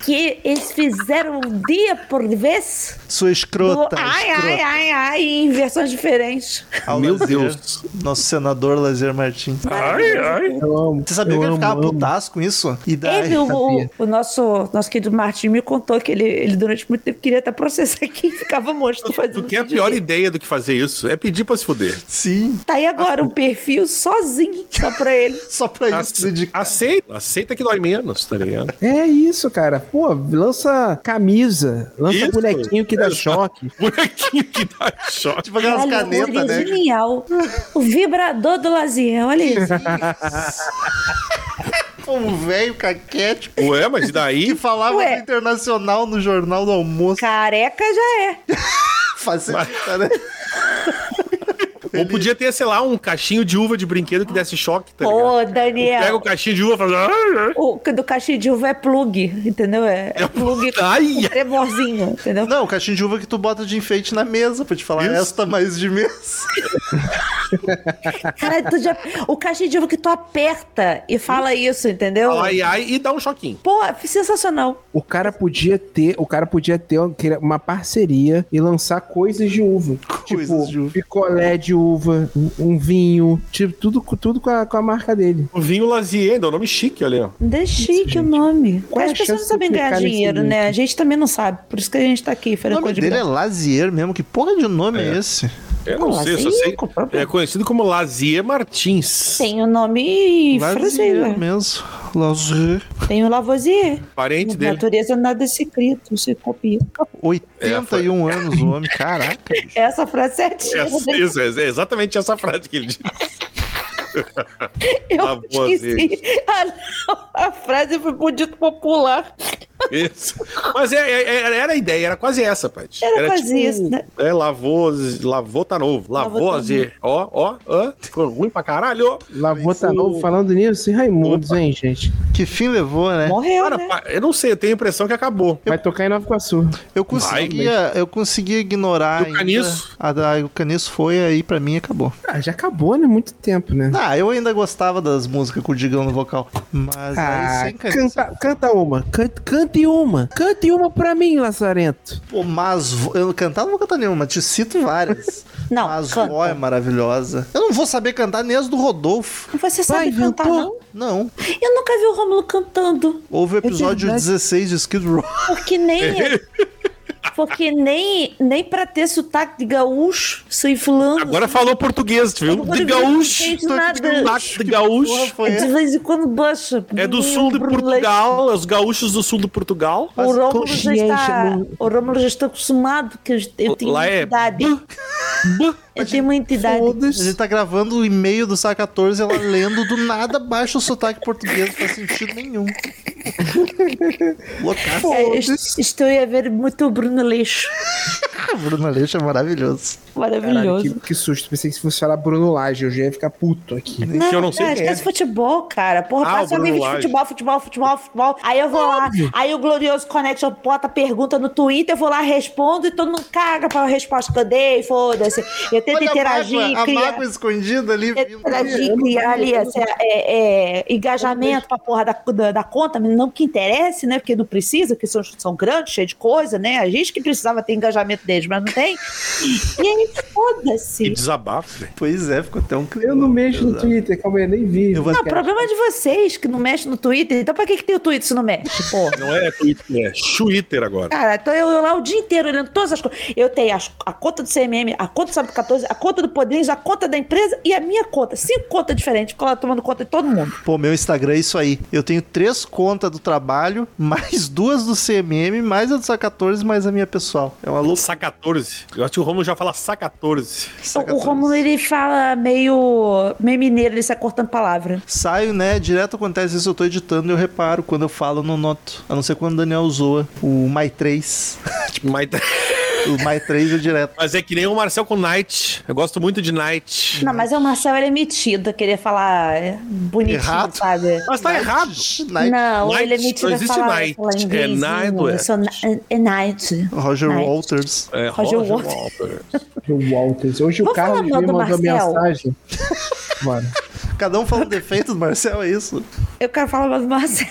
Speaker 3: que eles fizeram um dia por vez.
Speaker 1: Sua
Speaker 3: do-
Speaker 1: escrota.
Speaker 3: ai,
Speaker 1: escrota.
Speaker 3: ai, ai, ai, em versões diferentes.
Speaker 1: Ao
Speaker 2: Meu
Speaker 1: lazer,
Speaker 2: Deus.
Speaker 1: Nosso senador Lazer Martins.
Speaker 2: Ai, ai.
Speaker 4: Eu amo.
Speaker 1: Você sabia
Speaker 4: eu
Speaker 1: que ele
Speaker 4: amo,
Speaker 1: ficava
Speaker 4: amo.
Speaker 1: putaço com isso? E daí?
Speaker 3: Ele, é o, o,
Speaker 4: sabia.
Speaker 3: o nosso, nosso querido Martin me contou que ele, ele durante muito tempo queria até processar quem ficava monstro fazendo
Speaker 2: Tu que é a
Speaker 3: vídeo
Speaker 2: pior
Speaker 3: dele.
Speaker 2: ideia do que fazer isso? É pedir pra se fuder.
Speaker 1: Sim,
Speaker 3: Tá aí agora um perfil sozinho, só pra ele.
Speaker 1: só pra isso.
Speaker 2: Ace-
Speaker 1: dedicar.
Speaker 2: Aceita, aceita que dói menos, tá ligado?
Speaker 4: É isso, cara. Pô, lança camisa, lança
Speaker 2: Isso.
Speaker 4: bonequinho que dá choque.
Speaker 2: Bonequinho que dá choque.
Speaker 1: Tipo aquelas
Speaker 3: Caralho,
Speaker 1: canetas,
Speaker 3: olha,
Speaker 1: né?
Speaker 3: Genial. O vibrador do Lazier, olha isso.
Speaker 1: Um velho caquete
Speaker 2: Ué, mas e daí?
Speaker 1: que falava
Speaker 3: Ué.
Speaker 1: do internacional no jornal do almoço.
Speaker 3: Careca já é.
Speaker 1: Facilita, né?
Speaker 2: Ou podia ter, sei lá, um caixinho de uva de brinquedo que desse choque, tá ligado?
Speaker 3: Ô,
Speaker 2: Pega o
Speaker 3: Daniel.
Speaker 2: caixinho de uva e fala. "Ai, ai".
Speaker 3: O que do caixa de uva é plug, entendeu? É, é plug
Speaker 2: Ai.
Speaker 3: com tremorzinho, entendeu?
Speaker 1: Não, o caixinho de uva que tu bota de enfeite na mesa, pra te falar,
Speaker 2: Isso.
Speaker 1: esta mais de mesa.
Speaker 3: Caralho, tu já... O caixa de uva que tu aperta e fala isso, entendeu?
Speaker 2: Fala ai, ai, e dá um choquinho.
Speaker 3: Pô, sensacional.
Speaker 4: O cara podia ter, o cara podia ter uma- queria- uma parceria e lançar coisas de uva.
Speaker 1: Coisas
Speaker 4: tipo,
Speaker 1: de uva.
Speaker 4: picolé de uva, um, um vinho, tipo, tudo, co- tudo com, a, com a marca dele.
Speaker 2: O vinho Lazier, ainda é um nome chique ali, ó.
Speaker 3: Deixei que o nome.
Speaker 4: Qual é
Speaker 3: As
Speaker 4: a
Speaker 3: pessoas
Speaker 4: chance
Speaker 3: não sabem
Speaker 4: de eu
Speaker 3: ganhar
Speaker 4: clicar nesse
Speaker 3: dinheiro,
Speaker 4: link?
Speaker 3: né? A gente também não sabe. Por isso que a gente tá aqui.
Speaker 1: O
Speaker 3: Fernando
Speaker 1: nome dele é Lazier mesmo, que porra de nome é, esse?
Speaker 2: Eu não
Speaker 3: Ah,
Speaker 2: sei, só
Speaker 3: sim,
Speaker 2: sei.
Speaker 3: com problema.
Speaker 2: É conhecido como Lazier Martins.
Speaker 3: Tem o nome francês,
Speaker 1: Lazier
Speaker 3: né?
Speaker 1: mesmo. Lazier.
Speaker 3: Tem o Lavoisier.
Speaker 2: Parente
Speaker 3: Na
Speaker 2: dele.
Speaker 3: natureza é nada se cria, tudo se copia.
Speaker 2: É,
Speaker 1: 81 anos o homem, caraca. bicho.
Speaker 3: Essa frase é tira.
Speaker 2: Essa- isso, é é exatamente essa frase que ele disse.
Speaker 3: Eu
Speaker 2: Lavoisier.
Speaker 3: esqueci. Ah, não, A, frase foi por dito popular.
Speaker 2: Isso. Mas é- é- é- era a ideia, era quase essa, Paty.
Speaker 3: Era, quase isso, né?
Speaker 2: É, lavou, lavou tá novo.
Speaker 3: Lavou
Speaker 2: Lavou,
Speaker 3: tá
Speaker 2: Lazier. Ó, ó, ó. Ficou ruim pra caralho. ó.
Speaker 4: Lavô tá novo falando nisso, e Raimundos, hein, gente?
Speaker 1: Que fim levou, né?
Speaker 3: Morreu,
Speaker 2: Cara,
Speaker 3: né?
Speaker 2: pa- eu não sei, eu tenho a impressão que acabou.
Speaker 4: Vai tocar em Nova Iguaçu.
Speaker 1: Eu conseguia, eu conseguia ignorar.
Speaker 2: E o
Speaker 1: ainda.
Speaker 2: Caniço?
Speaker 1: A da- o Caniço foi aí pra mim e acabou.
Speaker 4: Ah, já acabou, né? Muito tempo, né?
Speaker 1: Ah, eu ainda gostava das músicas com o Digão no vocal. Mas
Speaker 4: Ah,
Speaker 1: aí sem Caniço.
Speaker 4: canta, canta uma, canta, cante uma, cante uma pra mim, Lazarento.
Speaker 1: Pô, mas vo- eu cantar não vou cantar nenhuma, mas te cito várias.
Speaker 3: Não,
Speaker 1: mas
Speaker 3: canta.
Speaker 1: Vó é maravilhosa. Eu não vou saber cantar nem as do Rodolfo.
Speaker 3: Você sabe
Speaker 4: Vai,
Speaker 3: cantar,
Speaker 4: inventou.
Speaker 3: não?
Speaker 1: Não.
Speaker 3: Eu nunca vi o Rômulo cantando.
Speaker 1: Houve o episódio
Speaker 4: verdade.
Speaker 1: 16 de Skid Row.
Speaker 3: Porque nem.
Speaker 2: É.
Speaker 3: Porque nem, nem pra ter sotaque de gaúcho, sou inflando.
Speaker 2: Agora falou português, tu viu? De gaúcho.
Speaker 3: De nada.
Speaker 2: De gaúcho.
Speaker 1: Foi
Speaker 3: De vez em quando baixa.
Speaker 2: É do sul de Portugal, os gaúchos do sul de Portugal.
Speaker 3: O Rômulo, já
Speaker 4: consciência,
Speaker 3: está,
Speaker 4: não-
Speaker 3: o Rômulo já está acostumado, que eu, eu tenho
Speaker 2: Lá
Speaker 3: uma
Speaker 2: é
Speaker 3: entidade. Eu tenho uma entidade.
Speaker 1: A gente tá gravando o e-mail do Sá 14, ela lendo do nada, baixa o sotaque português, não faz sentido nenhum. Loucaço.
Speaker 3: É, est- estou a ver muito Bruno Leixo.
Speaker 1: Bruno Aleixo é maravilhoso.
Speaker 4: Caralho,
Speaker 3: Maravilhoso.
Speaker 4: que, que susto. Pensei que se fosse falar Bruno Laje, eu já ia ficar puto aqui.
Speaker 3: Não, assim.
Speaker 2: eu não sei
Speaker 3: cara,
Speaker 2: quem é.
Speaker 3: esquece futebol, cara. Porra,
Speaker 2: Ah, o
Speaker 3: passa um
Speaker 2: Bruno
Speaker 3: livro de
Speaker 2: Lage.
Speaker 3: futebol, futebol, futebol, futebol. Aí eu vou lá, aí o Glorioso Connection bota a pergunta no Twitter, eu vou lá, respondo e todo mundo caga pra resposta que eu dei, foda-se. Eu tento
Speaker 1: Olha a
Speaker 3: interagir,
Speaker 1: mágoa, a
Speaker 3: criar-
Speaker 1: mágoa escondida ali.
Speaker 3: eu tento interagir, criar ali assim, é, é, engajamento pra porra da, da, da conta, mas não que interesse, né? Porque não precisa, porque são, são grandes, cheios de coisa, né? A gente que precisava ter engajamento deles, mas não tem. E aí,
Speaker 2: Que
Speaker 3: foda-se.
Speaker 2: desabafo, velho.
Speaker 1: Pois é, ficou até um clima.
Speaker 4: Eu não mexo no
Speaker 1: Exato.
Speaker 4: Twitter, calma aí, nem vi.
Speaker 1: Eu vou-
Speaker 3: Não, o problema é de vocês que não mexem no Twitter. Então, pra que, que tem o Twitter se não mexe, pô?
Speaker 2: Não é Twitter, é Twitter agora.
Speaker 3: Cara, então eu, eu lá o dia inteiro olhando todas as coisas. Eu tenho as- a conta do CMM, a conta do Sabe 14, a conta do Podrinhos, a conta da empresa e a minha conta. Cinco contas diferentes, fico lá tomando conta de todo mundo.
Speaker 1: Pô, meu Instagram é isso aí. Eu tenho três contas do trabalho, mais duas do CMM, mais a do Sa14, mais a minha pessoal. É uma louca.
Speaker 2: Sa14. Eu acho que o Romulo já fala Sa14.
Speaker 3: Então, O, o Romulo, ele fala meio, meio mineiro, ele sai cortando palavra.
Speaker 1: Saio, né? Direto acontece isso, eu tô editando e eu reparo. Quando eu falo, eu não noto. A não ser quando o Daniel zoa o My 3.
Speaker 2: Tipo, Mas, tá-
Speaker 1: o My 3 é direto.
Speaker 2: mas é que nem o Marcel com Knight. Eu gosto muito de Knight.
Speaker 3: Não, mas é o Marcel, ele é metido, queria falar é, bonitinho,
Speaker 1: Errado.
Speaker 3: sabe?
Speaker 2: Mas tá errado.
Speaker 1: Night.
Speaker 3: Não,
Speaker 2: Night,
Speaker 3: ele é metido
Speaker 2: não
Speaker 3: a
Speaker 2: existe
Speaker 3: falar,
Speaker 2: night.
Speaker 3: falar
Speaker 2: É
Speaker 3: inglês.
Speaker 2: night,
Speaker 3: eu sou na- é- é night.
Speaker 1: Roger
Speaker 3: Night.
Speaker 1: Walters.
Speaker 2: É,
Speaker 3: Roger
Speaker 2: Walters.
Speaker 4: O Walters. Hoje
Speaker 3: Vou
Speaker 4: o Carlos
Speaker 3: falar mal
Speaker 4: me
Speaker 3: do
Speaker 4: mandou
Speaker 3: Marcel.
Speaker 4: mensagem. Mano,
Speaker 1: Cada um fala um defeito do Marcel, é isso?
Speaker 3: Eu quero falar mais do Marcel.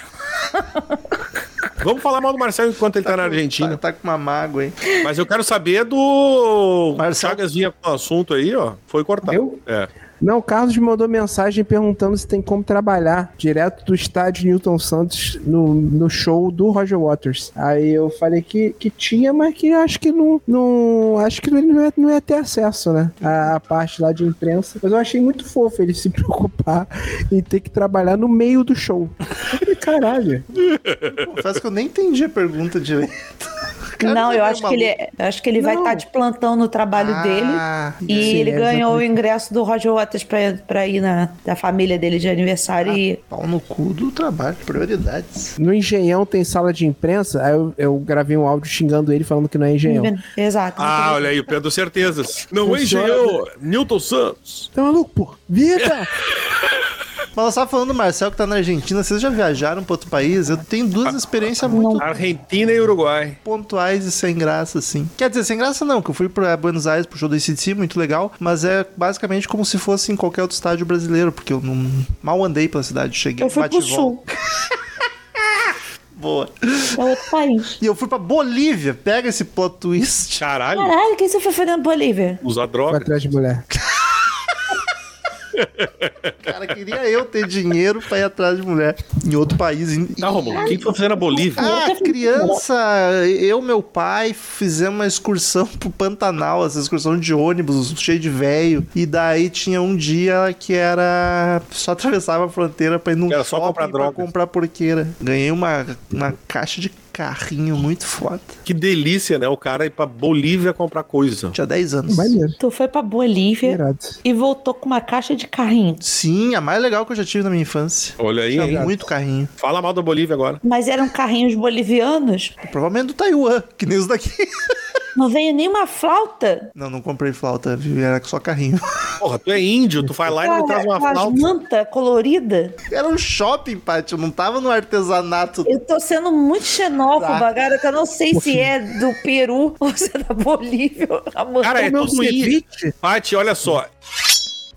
Speaker 2: Vamos falar mal do Marcel enquanto ele tá na
Speaker 1: Tá,
Speaker 2: Argentina.
Speaker 1: tá com uma mágoa, hein?
Speaker 2: Mas eu quero saber do.
Speaker 1: Marcel-
Speaker 2: Marcel... Chagas vinha com o assunto aí, ó. Foi cortado.
Speaker 4: Eu?
Speaker 2: É.
Speaker 4: não, o Carlos me mandou mensagem perguntando se tem como trabalhar direto do estádio Newton Santos no, no show do Roger Waters. Aí eu falei que, que tinha, mas que acho que não. não acho que ele não ia, não ia ter acesso, né? A, a parte lá de imprensa. Mas eu achei muito fofo ele se preocupar em ter que trabalhar no meio do show. Eu falei, Caralho.
Speaker 1: Confesso que eu nem entendi a pergunta direito. Cara,
Speaker 3: não,
Speaker 1: ele é
Speaker 3: eu acho, que
Speaker 1: maluco.
Speaker 3: ele, é- eu acho que ele vai
Speaker 4: Não.
Speaker 3: estar de plantão no trabalho
Speaker 1: Ah,
Speaker 3: dele. E
Speaker 4: sim,
Speaker 3: ele
Speaker 4: é
Speaker 3: ganhou o ingresso do Roger Waters pra, pra ir na da família dele de aniversário. e
Speaker 1: Pau no cu do trabalho, prioridades.
Speaker 4: No Engenhão tem sala de imprensa, aí eu, eu gravei um áudio xingando ele falando que não é engenhão.
Speaker 3: Exato. Então,
Speaker 2: Ah, olha aí, o Pedro Certezas. Não, é
Speaker 4: Funciona.
Speaker 2: engenheiro Newton Santos.
Speaker 4: Tá maluco, pô? Vida!
Speaker 1: Mas nós tava falando do Marcel que tá na Argentina, vocês já viajaram pra outro país? Eu tenho duas experiências muito
Speaker 2: Argentina e Uruguai.
Speaker 1: pontuais e sem graça, assim. Quer dizer, sem graça não, que eu fui pra Buenos Aires pro show do ICDC, muito legal, mas é basicamente como se fosse em qualquer outro estádio brasileiro, porque eu não mal andei pela cidade, cheguei
Speaker 3: eu fui
Speaker 1: bate e
Speaker 3: pro
Speaker 1: volta.
Speaker 3: sul,
Speaker 1: Boa.
Speaker 3: é outro país.
Speaker 1: E eu fui pra Bolívia, pega esse plot twist.
Speaker 2: Caralho,
Speaker 3: Caralho, quem você foi fazendo Bolívia?
Speaker 2: usar
Speaker 4: Pra
Speaker 2: droga.
Speaker 4: trás de mulher.
Speaker 1: Cara, queria eu ter dinheiro pra ir atrás de mulher em outro país. em-
Speaker 2: Tá, Romulo, o que que foi fazer na Bolívia?
Speaker 1: Ah,
Speaker 3: Outra
Speaker 1: criança, eu e meu pai fizemos uma excursão pro Pantanal, essa excursão de ônibus, cheio de véio. E daí tinha um dia que era. Só atravessava a fronteira pra ir num
Speaker 2: Era só
Speaker 1: shopping
Speaker 2: comprar
Speaker 1: pra
Speaker 2: drogas.
Speaker 1: comprar porqueira. Ganhei uma, uma caixa de carrinho muito foda.
Speaker 2: Que delícia, né? O cara ir pra Bolívia comprar coisa.
Speaker 1: Tinha 10 anos.
Speaker 4: Maneiro.
Speaker 3: Tu foi pra Bolívia
Speaker 4: Irado.
Speaker 3: e voltou com uma caixa de carrinho.
Speaker 1: Sim, a mais legal que eu já tive na minha infância.
Speaker 2: Olha aí,
Speaker 1: Tinha
Speaker 2: hein?
Speaker 1: muito carrinho.
Speaker 2: Fala mal da Bolívia agora.
Speaker 3: Mas eram carrinhos bolivianos?
Speaker 1: Provavelmente é do Taiwan, que nem os daqui.
Speaker 3: Não veio nenhuma flauta?
Speaker 1: Não, não comprei flauta, viu? Era só carrinho.
Speaker 2: Porra, tu é índio, tu vai lá e não traz uma
Speaker 3: com as
Speaker 2: flauta.
Speaker 3: manta colorida?
Speaker 1: Era um shopping, Paty. Eu não tava no artesanato
Speaker 3: Eu tô sendo muito xenófoba,
Speaker 1: Tá.
Speaker 3: cara, que eu não sei se é do Peru ou se é da Bolívia. Amor.
Speaker 2: Cara, é
Speaker 4: Meu
Speaker 2: tudo índio.
Speaker 4: ceviche?
Speaker 2: Paty, olha só.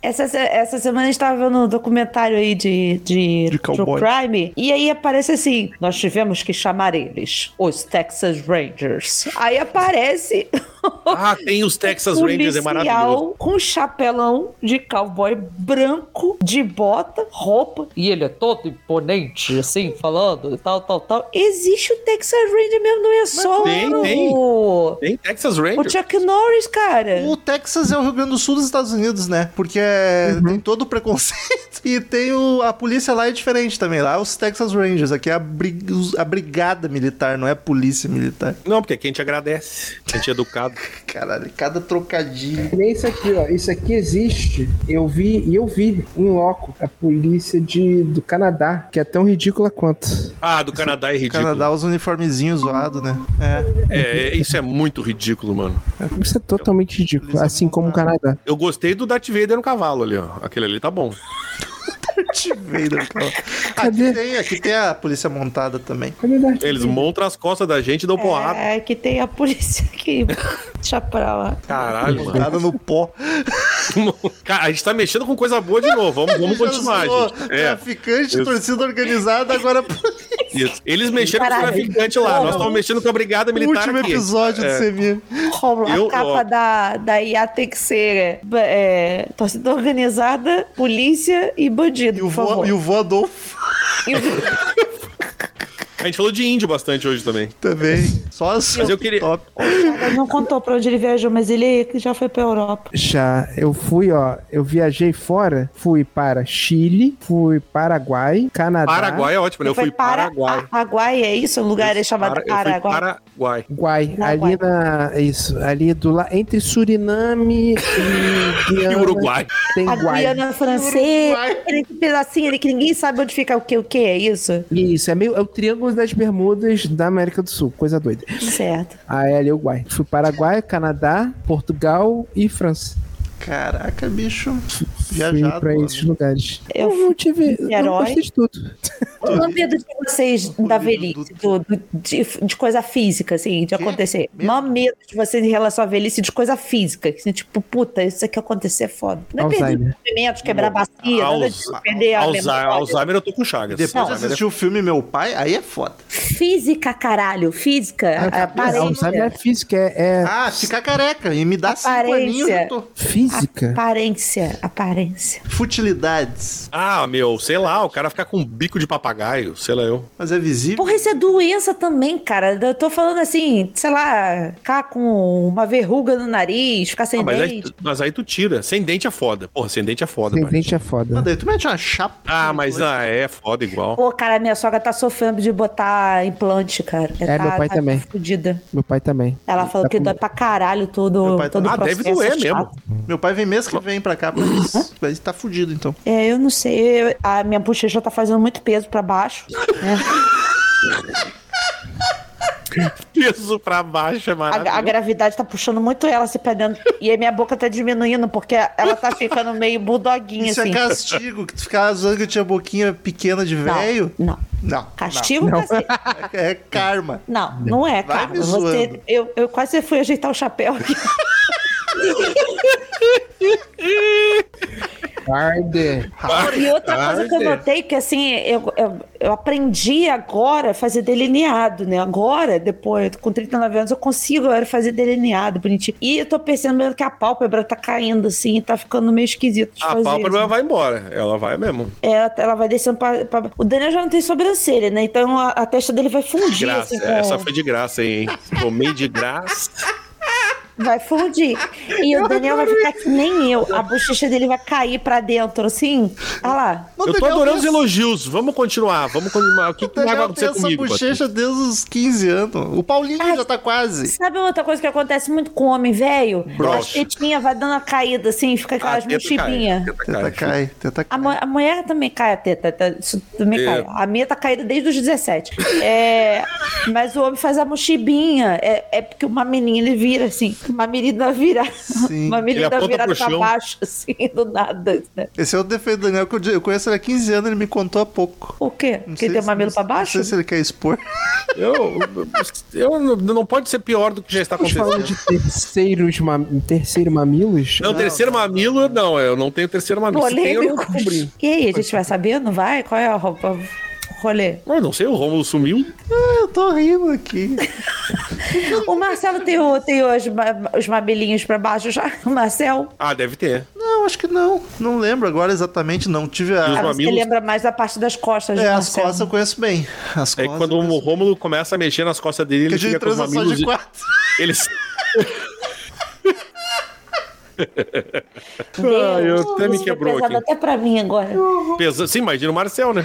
Speaker 3: Essa, se- essa semana a gente tava vendo um documentário aí de, de,
Speaker 1: De
Speaker 3: True
Speaker 1: cowboy.
Speaker 3: Crime, e aí aparece assim, nós tivemos que chamar eles, os Texas Rangers. Aí aparece
Speaker 2: Ah, tem os Texas Rangers, é maravilhoso.
Speaker 3: policial com um chapelão de cowboy branco, de bota, roupa. E ele é todo imponente, assim, falando e tal, tal, tal. Existe o Texas Ranger mesmo, não é só
Speaker 2: tem,
Speaker 3: o...
Speaker 2: tem.
Speaker 3: o
Speaker 2: Tem Texas Rangers.
Speaker 3: Chuck Norris, cara.
Speaker 1: O Texas é o Rio Grande do Sul dos Estados Unidos, né? Porque é- tem todo o preconceito e tem o, a polícia lá é diferente também. Lá é os Texas Rangers, aqui é a, brig- os- a brigada militar, não é a polícia militar.
Speaker 2: Não, porque aqui a gente agradece. A gente é educado.
Speaker 1: Caralho, cada trocadilho.
Speaker 4: Que Nem isso aqui, ó. Isso aqui existe. Eu vi, e eu vi, em loco, a polícia de, do Canadá, que é tão ridícula quanto.
Speaker 2: Ah, do Canadá é ridículo.
Speaker 1: Canadá, os uniformezinhos zoados, né? É.
Speaker 2: É, é, isso é muito ridículo, mano.
Speaker 4: Isso é totalmente ridículo, assim como o Canadá.
Speaker 2: Eu gostei do Darth Vader no cavalo ali, ó. Aquele ali tá bom.
Speaker 1: Darth Vader, cara. Aqui
Speaker 4: Cadê?
Speaker 1: tem, aqui tem a polícia montada também.
Speaker 4: Cadê o Darth
Speaker 2: Eles montam as costas da gente e dão porrada.
Speaker 3: É, que tem a polícia que. Deixa pra lá.
Speaker 2: Caralho, mano.
Speaker 1: Montada no pó.
Speaker 2: Cara, a gente tá mexendo com coisa boa de novo. Vamos, vamos
Speaker 1: Já
Speaker 2: continuar,
Speaker 1: zoou
Speaker 2: gente. É,
Speaker 1: Traficante,
Speaker 2: Eu-
Speaker 1: torcida organizada, agora
Speaker 2: isso. Eles mexeram com o
Speaker 3: Caralho.
Speaker 2: traficante lá. Nós estamos mexendo com a brigada
Speaker 1: o
Speaker 2: militar.
Speaker 1: último
Speaker 2: aqui. É.
Speaker 1: episódio do Semir.
Speaker 3: Romulo,
Speaker 2: Eu-
Speaker 3: a capa
Speaker 2: ó.
Speaker 3: da, da IA tem que ser é, torcida organizada, polícia e bandido.
Speaker 1: E o,
Speaker 3: por favor.
Speaker 1: vo, e o vô Adolfo
Speaker 3: E o-
Speaker 2: A gente falou de índio bastante hoje também.
Speaker 1: também. Só as
Speaker 2: Mas eu queria-
Speaker 1: top.
Speaker 3: Ele não contou pra onde ele viajou, mas ele já foi pra Europa.
Speaker 4: Já, eu fui, ó, eu viajei fora, fui para Chile, fui Paraguai, Canadá.
Speaker 2: Paraguai é ótimo, né? Eu
Speaker 3: Foi
Speaker 2: fui Paraguai.
Speaker 1: Ah,
Speaker 3: Paraguai, é isso? O lugar é chamado
Speaker 2: Para- eu fui
Speaker 3: Paraguai.
Speaker 2: Paraguai.
Speaker 4: Guai,
Speaker 3: Paraguai.
Speaker 4: ali na. Isso, ali do lá, entre Suriname e.
Speaker 2: E
Speaker 4: Guiana,
Speaker 2: Uruguai.
Speaker 4: Tem
Speaker 3: A
Speaker 4: Guai.
Speaker 3: Guiana Francesa, aquele pedacinho ali que ninguém sabe onde fica o que, o que é isso?
Speaker 4: Isso, é meio. É o Triângulo das Bermudas da América do Sul, coisa doida.
Speaker 3: Certo.
Speaker 4: Ah, é ali o Guai. Fui Paraguai, Canadá, Portugal e França.
Speaker 1: Caraca, bicho.
Speaker 4: Fui
Speaker 1: Viajado.
Speaker 4: pra
Speaker 1: mano.
Speaker 4: esses lugares.
Speaker 3: Eu
Speaker 4: não tive. Eu não
Speaker 3: Herói.
Speaker 4: gostei de tudo.
Speaker 3: Qual é o medo de vocês da velhice, do- do- de, de coisa física, assim, de acontecer? O maior medo de vocês em relação à velhice de coisa física. que, Assim, tipo, puta, isso aqui acontecer é foda. Não é perder
Speaker 4: Alzheimer.
Speaker 3: os movimentos, quebrar a bacia, nada disso,
Speaker 2: Alza-
Speaker 3: perder a
Speaker 2: Alza-
Speaker 3: memória.
Speaker 2: Alzheimer eu tô com Chagas.
Speaker 1: Depois de
Speaker 2: Alzheimer é
Speaker 1: assistir o filme Meu Pai, aí é foda.
Speaker 3: Física, caralho, física,
Speaker 2: Ah,
Speaker 3: a- a
Speaker 4: É, Alzheimer é
Speaker 3: aparência.
Speaker 4: física, é, é
Speaker 1: Ah, ficar careca e me dá cinco
Speaker 3: Aparência.
Speaker 1: aninhos, eu tô. ah,
Speaker 4: física.
Speaker 3: Aparência, aparência.
Speaker 1: Futilidades.
Speaker 2: Ah, meu, sei lá, o cara fica com um bico de papagaio, sei lá eu.
Speaker 1: Mas é visível.
Speaker 3: Porra, isso é doença também, cara. Eu tô falando assim, sei lá, ficar com uma verruga no nariz, ficar sem
Speaker 2: Ah, mas, aí,
Speaker 3: dente.
Speaker 2: mas aí tu tira. Sem dente é foda. Porra, sem dente é foda,
Speaker 4: Tem
Speaker 2: mano.
Speaker 4: dente é
Speaker 1: Mas
Speaker 4: foda.
Speaker 1: daí tu mete uma chapa.
Speaker 2: Ah, mas ah, é foda igual.
Speaker 3: Pô, cara, minha sogra tá sofrendo de botar implante, cara.
Speaker 4: É,
Speaker 3: tá,
Speaker 4: meu pai
Speaker 3: tá
Speaker 4: também.
Speaker 3: Fudida.
Speaker 4: Meu pai também.
Speaker 3: Ela falou
Speaker 4: Tá
Speaker 3: que
Speaker 4: com-
Speaker 3: dói pra caralho todo,
Speaker 1: Meu pai tá-
Speaker 3: todo o
Speaker 2: Ah, deve
Speaker 3: processo. é
Speaker 2: doer
Speaker 3: chato.
Speaker 2: mesmo.
Speaker 1: Meu pai vem mês que vem pra cá, mas,
Speaker 3: Uhum.
Speaker 1: mas tá fudido então.
Speaker 3: É, eu não sei. eu- a minha bochecha tá fazendo muito peso pra baixo.
Speaker 2: Peso pra baixo é
Speaker 3: A, a
Speaker 2: maravilhoso.
Speaker 3: gravidade tá puxando muito ela se pra dentro. E aí minha boca tá diminuindo, porque ela tá ficando meio bulldoguinha,
Speaker 1: Isso
Speaker 3: assim.
Speaker 1: é castigo, que tu ficava zoando que eu tinha boquinha pequena de velho.
Speaker 3: Não, não.
Speaker 1: Não.
Speaker 3: Castigo, cacete.
Speaker 1: não. É karma.
Speaker 3: Não,
Speaker 2: Né?
Speaker 3: não é,
Speaker 1: Vai
Speaker 3: cara.
Speaker 1: me zoando.
Speaker 3: Você, eu, eu quase fui ajeitar o chapéu aqui.
Speaker 4: Guarde.
Speaker 2: Ah,
Speaker 3: E outra coisa
Speaker 2: é.
Speaker 3: que eu notei que assim, eu, eu, eu aprendi agora a fazer delineado, né? Agora, depois, com 39 anos, eu consigo agora fazer delineado, bonitinho. E eu tô percebendo que a pálpebra tá caindo, assim, tá ficando meio esquisito de
Speaker 2: A
Speaker 3: fazer.
Speaker 2: pálpebra
Speaker 3: assim.
Speaker 2: vai embora. Ela vai mesmo.
Speaker 3: Ela, tá, ela vai descendo pra, pra- O Daniel já não tem sobrancelha, né? Então a, a testa dele vai fundir,
Speaker 2: Graça.
Speaker 3: assim, com-
Speaker 2: Essa foi de graça, hein? Tomei de graça.
Speaker 3: Vai fundir. E o Daniel vai ficar que nem eu. A bochecha dele vai cair pra dentro, assim. Olha lá.
Speaker 1: Mas
Speaker 2: eu tô
Speaker 1: Daniel
Speaker 2: adorando os
Speaker 1: tem-
Speaker 2: elogios. Vamos continuar. Vamos continuar. O que,
Speaker 1: O
Speaker 2: que vai
Speaker 1: Daniel tem
Speaker 2: acontecer
Speaker 1: essa
Speaker 2: comigo? Patrick?
Speaker 1: bochecha desde os 15 anos. O Paulinho
Speaker 3: Ai.
Speaker 1: já tá quase.
Speaker 3: Sabe outra coisa que acontece muito com homem velho?
Speaker 2: Broxa.
Speaker 3: As tetinhas vai dando a caída, assim,
Speaker 2: Ah,
Speaker 3: fica aquelas
Speaker 2: teta cai,
Speaker 3: mochibinhas.
Speaker 2: teta
Speaker 1: Tenta
Speaker 2: cai.
Speaker 1: cai, tenta
Speaker 3: A,
Speaker 1: cai.
Speaker 3: mo- a mulher também cai a teta, tá- isso também
Speaker 2: É.
Speaker 3: cai. A minha tá caída desde os 17. É, mas o homem faz a mochibinha. É, é porque uma menina vira assim, uma menina vira.
Speaker 1: Sim.
Speaker 3: Uma menina
Speaker 2: aponta
Speaker 3: virada
Speaker 2: pro
Speaker 3: pra
Speaker 2: chão.
Speaker 3: baixo, assim, do nada. né?
Speaker 1: Esse é o defeito do Daniel, que eu di- eu conheço ele há 15 anos, ele me contou há pouco.
Speaker 3: O quê?
Speaker 1: Não
Speaker 3: Porque
Speaker 1: sei
Speaker 3: tem o
Speaker 1: se-
Speaker 3: mamilo pra baixo?
Speaker 1: Não sei se é ele quer expor.
Speaker 2: Eu, eu, não- não pode ser pior do que
Speaker 1: Tá
Speaker 2: já está
Speaker 4: Estamos falando
Speaker 2: acontecendo.
Speaker 4: de terceiros mam- terceiro mamilos?
Speaker 2: Não, terceiro mamilo, não. Eu não tenho terceiro mamilo. Se tem, um eu não
Speaker 3: Polêmico.
Speaker 2: descobri.
Speaker 3: E aí, a gente vai saber? Não vai? Qual é a roupa? o Rolê.
Speaker 2: Eu não sei, o Romulo sumiu.
Speaker 1: Ah, eu tô rindo aqui.
Speaker 3: O Marcelo tem, o, tem os, ma- os mamilinhos pra baixo já? O Marcel?
Speaker 2: Ah, deve ter.
Speaker 1: Não, acho que não. Não lembro agora exatamente, não. Tive
Speaker 2: Os
Speaker 3: Ah,
Speaker 1: a...
Speaker 2: Isso.
Speaker 3: você
Speaker 2: mamilos?
Speaker 3: lembra mais da parte das costas,
Speaker 1: É,
Speaker 3: né,
Speaker 1: as
Speaker 3: Marcelo?
Speaker 1: costas eu conheço bem. As
Speaker 2: É
Speaker 1: costas.
Speaker 2: que quando
Speaker 1: eu
Speaker 2: o
Speaker 1: conheço-
Speaker 2: Rômulo começa a mexer nas costas dele,
Speaker 1: Que a
Speaker 2: ele
Speaker 1: gente
Speaker 2: fica com os
Speaker 1: transa só
Speaker 2: mamilos.
Speaker 1: de
Speaker 2: e-
Speaker 1: quatro.
Speaker 2: Eles...
Speaker 3: Meu
Speaker 2: Ah, eu
Speaker 3: Deus,
Speaker 2: até me
Speaker 3: isso foi
Speaker 2: quebrou
Speaker 3: pesado
Speaker 2: aqui.
Speaker 3: até pra mim agora.
Speaker 2: Pesa... Sim, imagina o Marcel, né?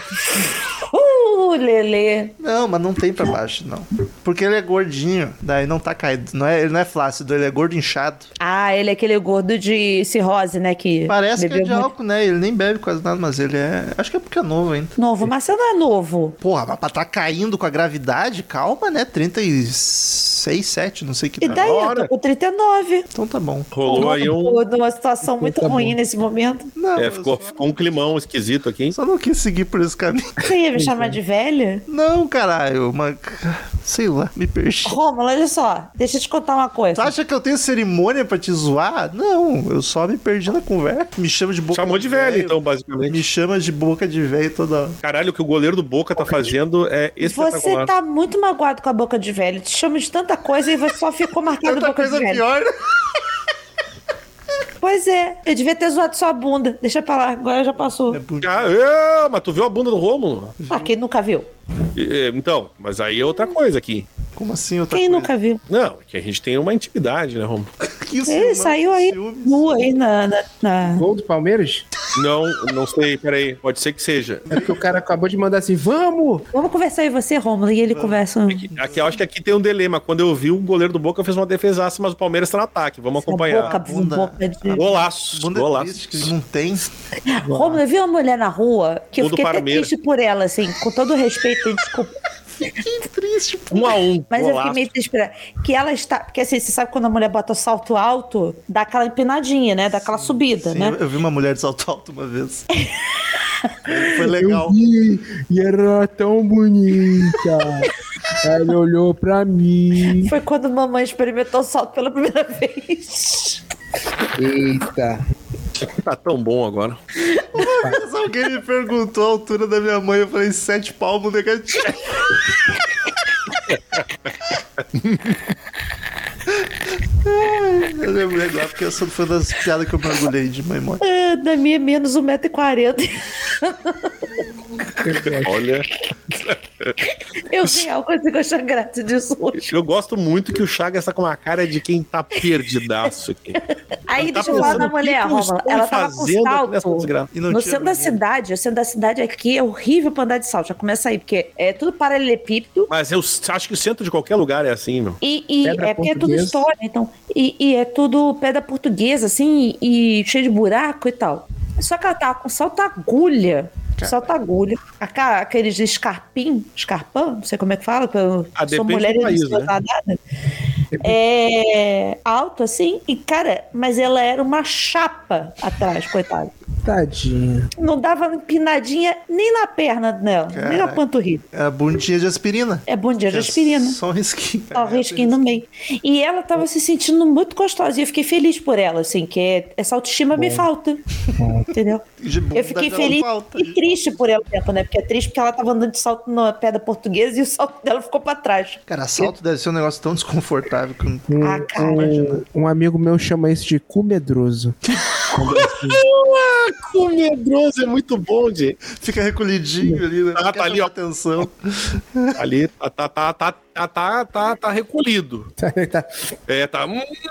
Speaker 3: Uh, Lele.
Speaker 1: Não, mas não tem pra baixo, não. Porque ele é gordinho, daí não tá caído. Não é, ele não é flácido, ele é gordo inchado.
Speaker 3: Ah, ele é aquele gordo de cirrose, né? Que
Speaker 1: Parece que é
Speaker 3: bebeu
Speaker 1: de
Speaker 3: muito.
Speaker 1: álcool, né? Ele nem bebe quase nada, mas ele é. Acho que é porque é novo ainda.
Speaker 3: Novo, mas você não é novo.
Speaker 1: Porra, mas pra tá caindo com a gravidade, calma, né? 36, 7, não sei que
Speaker 3: E daí? Eu tô
Speaker 2: hora.
Speaker 3: com 39.
Speaker 1: Então tá bom.
Speaker 2: Rolou aí um.
Speaker 3: Tô numa situação muito
Speaker 4: Tá bom.
Speaker 3: ruim nesse momento.
Speaker 1: Não,
Speaker 2: É,
Speaker 1: eu
Speaker 2: ficou,
Speaker 1: só-
Speaker 2: ficou um climão esquisito aqui, hein?
Speaker 1: Só não quis seguir por esse caminho.
Speaker 3: Você ia me chamar de velha?
Speaker 1: Não, caralho, uma. Sei lá, me perdi.
Speaker 3: Rômulo, olha só, deixa eu te contar uma
Speaker 1: Tu
Speaker 3: coisa.
Speaker 1: acha que eu tenho cerimônia pra te zoar? Não, eu só me perdi na conversa. Me chama de boca
Speaker 2: Chamou de velho, então, basicamente.
Speaker 1: Me chama de boca de velho toda hora.
Speaker 2: Caralho, o que o goleiro do Boca tá fazendo é
Speaker 3: Você
Speaker 2: espetacular.
Speaker 3: tá muito magoado com a boca de velho. Te chamo de tanta coisa e você só ficou marcado
Speaker 1: Tanta
Speaker 3: boca
Speaker 1: coisa
Speaker 3: de velho.
Speaker 1: pior.
Speaker 3: Pois é, eu devia ter zoado sua bunda. Deixa pra lá, agora já passou.
Speaker 1: né?
Speaker 2: Ah, é, mas tu viu a bunda do Rômulo?
Speaker 3: Ah, quem nunca viu?
Speaker 2: E, é, Então, mas aí é outra coisa aqui.
Speaker 1: Como assim? Outra
Speaker 3: Quem
Speaker 1: coisa?
Speaker 3: nunca viu?
Speaker 2: Não, é que a gente tem uma intimidade, né, Rômulo?
Speaker 1: Que isso,
Speaker 3: Ele
Speaker 1: mano,
Speaker 3: saiu aí
Speaker 1: ciúmes.
Speaker 3: nu aí na. na- na-
Speaker 4: Gol do Palmeiras?
Speaker 2: Não, não sei, peraí, pode ser que seja.
Speaker 4: É porque o cara acabou de mandar assim, vamos!
Speaker 3: Vamos conversar aí você, Rômulo, e
Speaker 1: Ah,
Speaker 3: ele conversa.
Speaker 2: Aqui, aqui, eu acho que aqui tem um dilema. Quando eu vi o goleiro do Boca fez uma defesaça, mas o Palmeiras tá no ataque. Vamos acompanhar.
Speaker 3: Boca,
Speaker 1: bunda.
Speaker 3: boca de...
Speaker 2: Golaço,
Speaker 1: Bunda é
Speaker 2: golaço.
Speaker 1: triste, que não tem.
Speaker 3: Rômulo, eu vi uma mulher na rua que eu
Speaker 2: Ou do
Speaker 3: fiquei até
Speaker 2: Parmeira.
Speaker 3: triste por ela, assim, com todo o respeito e desculpa.
Speaker 1: Que triste, pô.
Speaker 2: Um a um.
Speaker 3: Mas eu
Speaker 2: golaço.
Speaker 3: fiquei meio desesperada. Que ela está. Porque assim, você sabe quando a mulher bota o salto alto, dá aquela empinadinha, né? Dá aquela subida,
Speaker 1: Sim,
Speaker 3: né?
Speaker 1: eu- Eu vi uma mulher de salto alto uma vez. Foi- Foi legal.
Speaker 4: E, e era tão bonita. Ela olhou pra mim.
Speaker 3: Foi quando mamãe experimentou o salto pela primeira vez.
Speaker 4: Eita.
Speaker 2: Tá tão bom agora.
Speaker 1: Uma vez alguém me perguntou a altura da minha mãe, eu falei sete palmos negativo. Ai, Eu lembro agora porque essa foi das piadas que eu mergulhei de mãe mãe.
Speaker 3: Ah, Da minha é menos 1,40m.
Speaker 2: Olha,
Speaker 3: Eu assim real consigo achar graça disso hoje.
Speaker 2: eu gosto muito que o Chagas tá com uma cara de quem tá perdidaço aqui.
Speaker 3: Aí
Speaker 2: Tá
Speaker 3: deixa eu falar
Speaker 2: pensando,
Speaker 3: da
Speaker 2: o que
Speaker 3: mulher,
Speaker 2: que eu
Speaker 3: Rômulo.
Speaker 2: estou
Speaker 3: Ela tava com
Speaker 2: fazendo aqui
Speaker 3: salto.
Speaker 2: nessa desgraça?
Speaker 1: E não
Speaker 3: No
Speaker 1: tinha
Speaker 3: centro da
Speaker 1: ninguém.
Speaker 3: cidade, o centro da cidade aqui é horrível pra andar de salto. Já começa aí, porque é tudo paralelepípedo.
Speaker 2: Mas eu s- acho que o centro de qualquer lugar é assim, meu.
Speaker 3: E, e
Speaker 4: Pedra
Speaker 3: é porque é tudo
Speaker 4: portuguesa.
Speaker 3: história, então. E, e é tudo pedra portuguesa, assim, e cheio de buraco e tal. Só que ela tava com salta agulha.
Speaker 2: Tá.
Speaker 3: Salta agulha. Aca- Aqueles escarpim, escarpão, não sei como é que fala, porque eu
Speaker 2: Ah,
Speaker 3: sou
Speaker 2: depende
Speaker 3: mulher
Speaker 2: do
Speaker 3: e não sei
Speaker 2: país, né?
Speaker 3: usar nada. É alto, assim, e cara, mas ela era uma chapa atrás, coitada.
Speaker 4: Tadinha.
Speaker 3: Não dava empinadinha nem na perna dela, nem na
Speaker 1: Caraca.
Speaker 3: panturrilha.
Speaker 1: É a bundinha de aspirina.
Speaker 3: É bom dia
Speaker 1: Que
Speaker 3: de
Speaker 1: é
Speaker 3: aspirina.
Speaker 1: Só um risquinho.
Speaker 3: Só o risquinho no meio. E ela tava se sentindo muito gostosa. E eu fiquei feliz por ela, assim, que é- essa autoestima me falta. Entendeu?
Speaker 1: De bunda
Speaker 3: Eu fiquei
Speaker 1: dá
Speaker 3: feliz
Speaker 1: falta.
Speaker 3: e triste por ela tempo, né? Porque é triste porque ela tava andando de salto na pedra portuguesa e o salto dela ficou pra trás.
Speaker 1: Cara, assalto deve ser um negócio tão desconfortável que eu não
Speaker 3: Ah, cara.
Speaker 4: Um, um amigo meu chama isso de cu medroso.
Speaker 2: O medroso é muito bom, de
Speaker 1: fica recolhidinho ali, né?
Speaker 2: Ah,
Speaker 1: Não
Speaker 2: tá
Speaker 1: quer
Speaker 2: ali, ó.
Speaker 1: chamar Atenção.
Speaker 2: Ali tá, tá, tá, tá, tá, tá, tá, tá recolhido.
Speaker 4: Tá, tá.
Speaker 2: É, tá.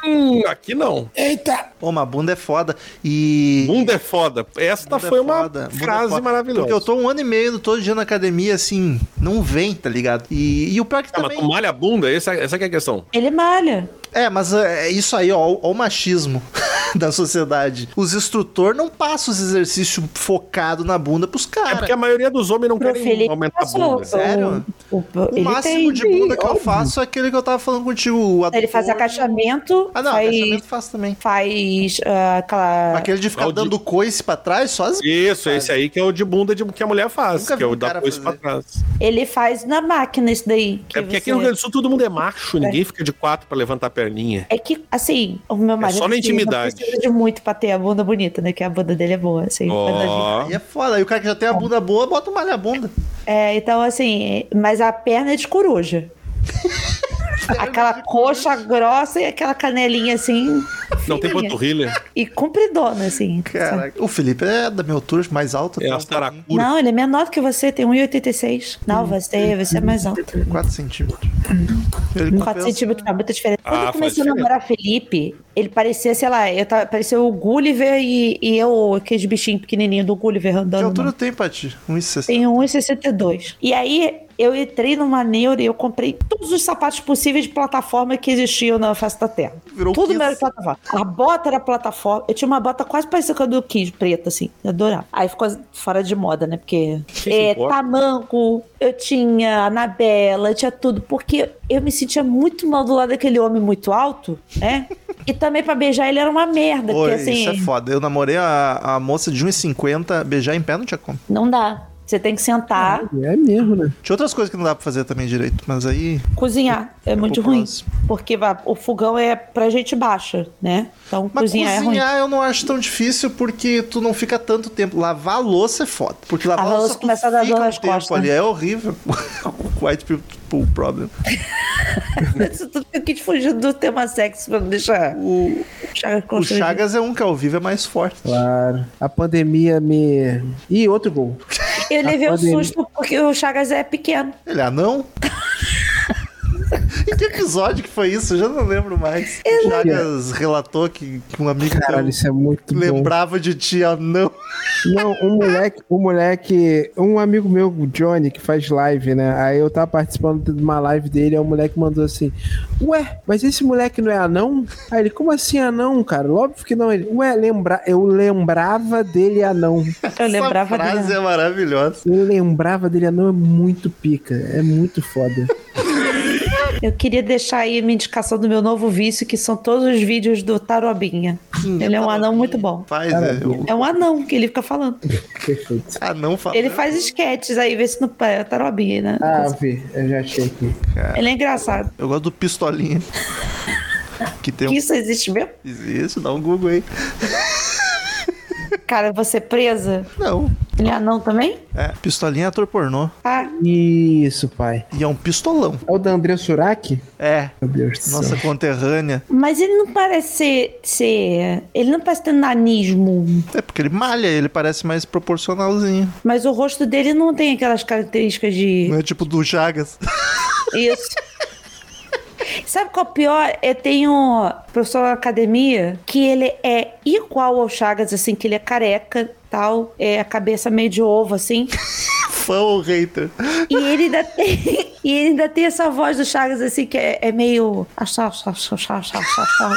Speaker 2: Hum, aqui não.
Speaker 4: Eita!
Speaker 1: Pô, mas bunda é foda. E.
Speaker 2: Mundo é foda. Esta
Speaker 1: Bunda é
Speaker 2: foi uma
Speaker 1: foda, bunda é
Speaker 2: frase
Speaker 1: foda.
Speaker 2: maravilhosa.
Speaker 1: Porque eu tô um ano e meio todo dia na academia, assim, não vem, tá ligado? E, e o pior é que
Speaker 2: Ah, mas
Speaker 1: também.
Speaker 2: tu malha a bunda? Essa, essa que é a questão.
Speaker 3: Ele malha.
Speaker 1: É, mas é é isso aí, ó, ó o machismo da sociedade. Os instrutores não passam os exercícios focados na bunda pros
Speaker 2: É
Speaker 1: caras.
Speaker 2: porque a maioria dos homens não
Speaker 3: Pro
Speaker 2: querem
Speaker 3: Felipe
Speaker 2: aumentar a bunda.
Speaker 1: Sério?
Speaker 3: O, o,
Speaker 1: o
Speaker 3: ele
Speaker 1: máximo
Speaker 3: tem.
Speaker 1: de bunda que eu faço é aquele que eu tava falando contigo. o
Speaker 3: Ele faz
Speaker 1: adutor.
Speaker 3: agachamento,
Speaker 1: Ah, não,
Speaker 3: faz,
Speaker 1: agachamento faz também.
Speaker 3: faz ah, aquela...
Speaker 1: Aquele de ficar
Speaker 2: Audi-
Speaker 1: dando coice pra trás, só as...
Speaker 2: Isso, esse aí que é o de bunda de, que a mulher faz,
Speaker 1: Nunca
Speaker 2: que é
Speaker 1: vi
Speaker 2: o
Speaker 1: um
Speaker 2: da
Speaker 1: cara
Speaker 2: coisa pra
Speaker 1: fazer.
Speaker 2: trás.
Speaker 3: Ele faz na máquina isso daí. que
Speaker 2: É porque aqui
Speaker 3: você-
Speaker 2: no Rio Grande do Sul todo mundo é macho, ninguém fica de quatro pra levantar a perninha.
Speaker 3: É que, assim, o meu marido.
Speaker 2: É só na
Speaker 3: assim,
Speaker 2: intimidade.
Speaker 3: Não precisa de muito pra ter a bunda bonita, né? Que a bunda dele é boa, assim. mas,
Speaker 2: Ó,
Speaker 1: Aí é foda. Aí o cara que já tem a bunda boa, bota malha a bunda.
Speaker 3: É, então, assim, mas a perna é de coruja. Aquela coxa grossa e aquela canelinha assim.
Speaker 2: Não tem
Speaker 3: fininha.
Speaker 2: panturrilha?
Speaker 3: E compridona, assim. sabe?
Speaker 1: Caraca, o Felipe é da minha altura, mais alto.
Speaker 2: É
Speaker 1: tá?
Speaker 2: as taracuras.
Speaker 3: Não, ele é menor do que você, tem 1,86. Não, você, você é mais alto.
Speaker 1: 4 centímetros. Ele
Speaker 3: 4
Speaker 1: compensa.
Speaker 3: centímetros faz muita diferença. Quando
Speaker 2: Ah,
Speaker 3: eu comecei a
Speaker 2: faz
Speaker 3: namorar Felipe, ele parecia, sei lá, eu tava, parecia o Gulliver e, e eu, aqueles bichinhos pequenininhos do Gulliver
Speaker 1: Que
Speaker 3: andando.
Speaker 1: altura tem, Pati? 1,60.
Speaker 3: Tenho 1,62. E aí eu entrei numa neura e eu comprei todos os sapatos possíveis de plataforma que existiam na face da terra.
Speaker 1: Virou
Speaker 3: Tudo
Speaker 1: Kiss.
Speaker 3: era plataforma. A bota era plataforma. Eu tinha uma bota quase parecida com a do Kiss, preta, assim. Eu adorava. Aí ficou fora de moda, né? Porque.
Speaker 2: se
Speaker 3: É,
Speaker 2: importa?
Speaker 3: tamanco, eu tinha Anabela, eu tinha tudo. Porque eu me sentia muito mal do lado daquele homem muito alto, né? E também pra beijar ele era uma merda.
Speaker 1: Pô,
Speaker 3: porque assim.
Speaker 1: isso é foda. Eu namorei a, a moça de 1,50, beijar em pé não tinha como.
Speaker 3: Não dá. Você tem que sentar,
Speaker 4: É mesmo, né?
Speaker 1: Tinha outras coisas que não dá pra fazer também direito, mas aí.
Speaker 3: cozinhar. É muito
Speaker 1: pro
Speaker 3: ruim.
Speaker 1: próximo.
Speaker 3: Porque vá, o fogão é pra gente baixa, né? Então
Speaker 1: Mas
Speaker 3: cozinhar,
Speaker 1: cozinhar,
Speaker 3: é ruim.
Speaker 1: eu não acho tão difícil porque tu não fica tanto tempo. Lavar a louça é foda. Porque lavar a
Speaker 3: Lavar a
Speaker 1: louça,
Speaker 3: louça
Speaker 1: tu
Speaker 3: começa a dar
Speaker 1: fica
Speaker 3: dor
Speaker 1: um
Speaker 3: nas
Speaker 1: tempo
Speaker 3: costas,
Speaker 1: ali. É horrível. White people problem.
Speaker 3: Isso tudo que eu quis fugir do tema sexo pra não deixar o Chagas
Speaker 1: O
Speaker 3: constrangido.
Speaker 1: Chagas é um que ao vivo é mais forte.
Speaker 4: Claro. A pandemia me. Ih, outro gol.
Speaker 3: Eu levei um
Speaker 4: pandemia.
Speaker 3: susto porque o Chagas é pequeno.
Speaker 1: Ele é anão? em que episódio que foi isso? Eu já não lembro mais. O Chagas relatou que, que um amigo
Speaker 4: Caralho,
Speaker 1: teu
Speaker 4: isso é muito bom.
Speaker 1: lembrava de ti "Ah, anão.
Speaker 4: Não, um moleque, um moleque, um amigo meu, o Johnny, que faz live, né? Aí eu tava participando de uma live dele, aí o moleque mandou assim: Ué, mas esse moleque não é anão? Aí ele, como assim anão, cara? Óbvio que não. Ele, ué, lembra... eu lembrava dele anão.
Speaker 3: Eu lembrava
Speaker 1: Essa frase
Speaker 3: dele.
Speaker 1: é maravilhosa.
Speaker 4: Eu lembrava dele anão, é muito pica, é muito foda.
Speaker 3: Eu queria deixar aí minha indicação do meu novo vício, que são todos os vídeos do Tarobinha. Ele é um anão muito bom.
Speaker 1: Faz, né? O
Speaker 3: É um anão que ele fica falando.
Speaker 4: Perfeito.
Speaker 1: anão fala.
Speaker 3: Ele faz sketches aí, vê se não é Tarobinha, né?
Speaker 4: Ah, vi, eu já achei aqui.
Speaker 3: Ele é engraçado.
Speaker 1: Eu gosto do pistolinha. que tem um...
Speaker 3: Isso existe mesmo?
Speaker 1: Existe, dá um Google aí.
Speaker 3: Cara, você presa?
Speaker 1: Não.
Speaker 3: Ele é anão também?
Speaker 1: É, pistolinha é ator pornô.
Speaker 3: Ah,
Speaker 4: Isso, pai.
Speaker 1: E é um pistolão.
Speaker 4: É o da André Suraki?
Speaker 1: É.
Speaker 4: Meu Deus do
Speaker 1: Nossa
Speaker 4: céu.
Speaker 1: conterrânea.
Speaker 3: mas ele não parece ser, ser- Ele não parece ter nanismo.
Speaker 1: É porque ele malha, ele parece mais proporcionalzinho.
Speaker 3: Mas o rosto dele não tem aquelas características de.
Speaker 1: Não é tipo do Chagas.
Speaker 3: Isso. Sabe qual é o pior? Eu tenho um professor na academia que ele é igual ao Chagas, assim, que ele é careca tal, é a cabeça meio de ovo, assim.
Speaker 1: Fã ou hater?
Speaker 3: E ele ainda tem, e ele ainda tem essa voz do Chagas, assim, que é, é meio. achá, achá, achá, achá, achá, achá.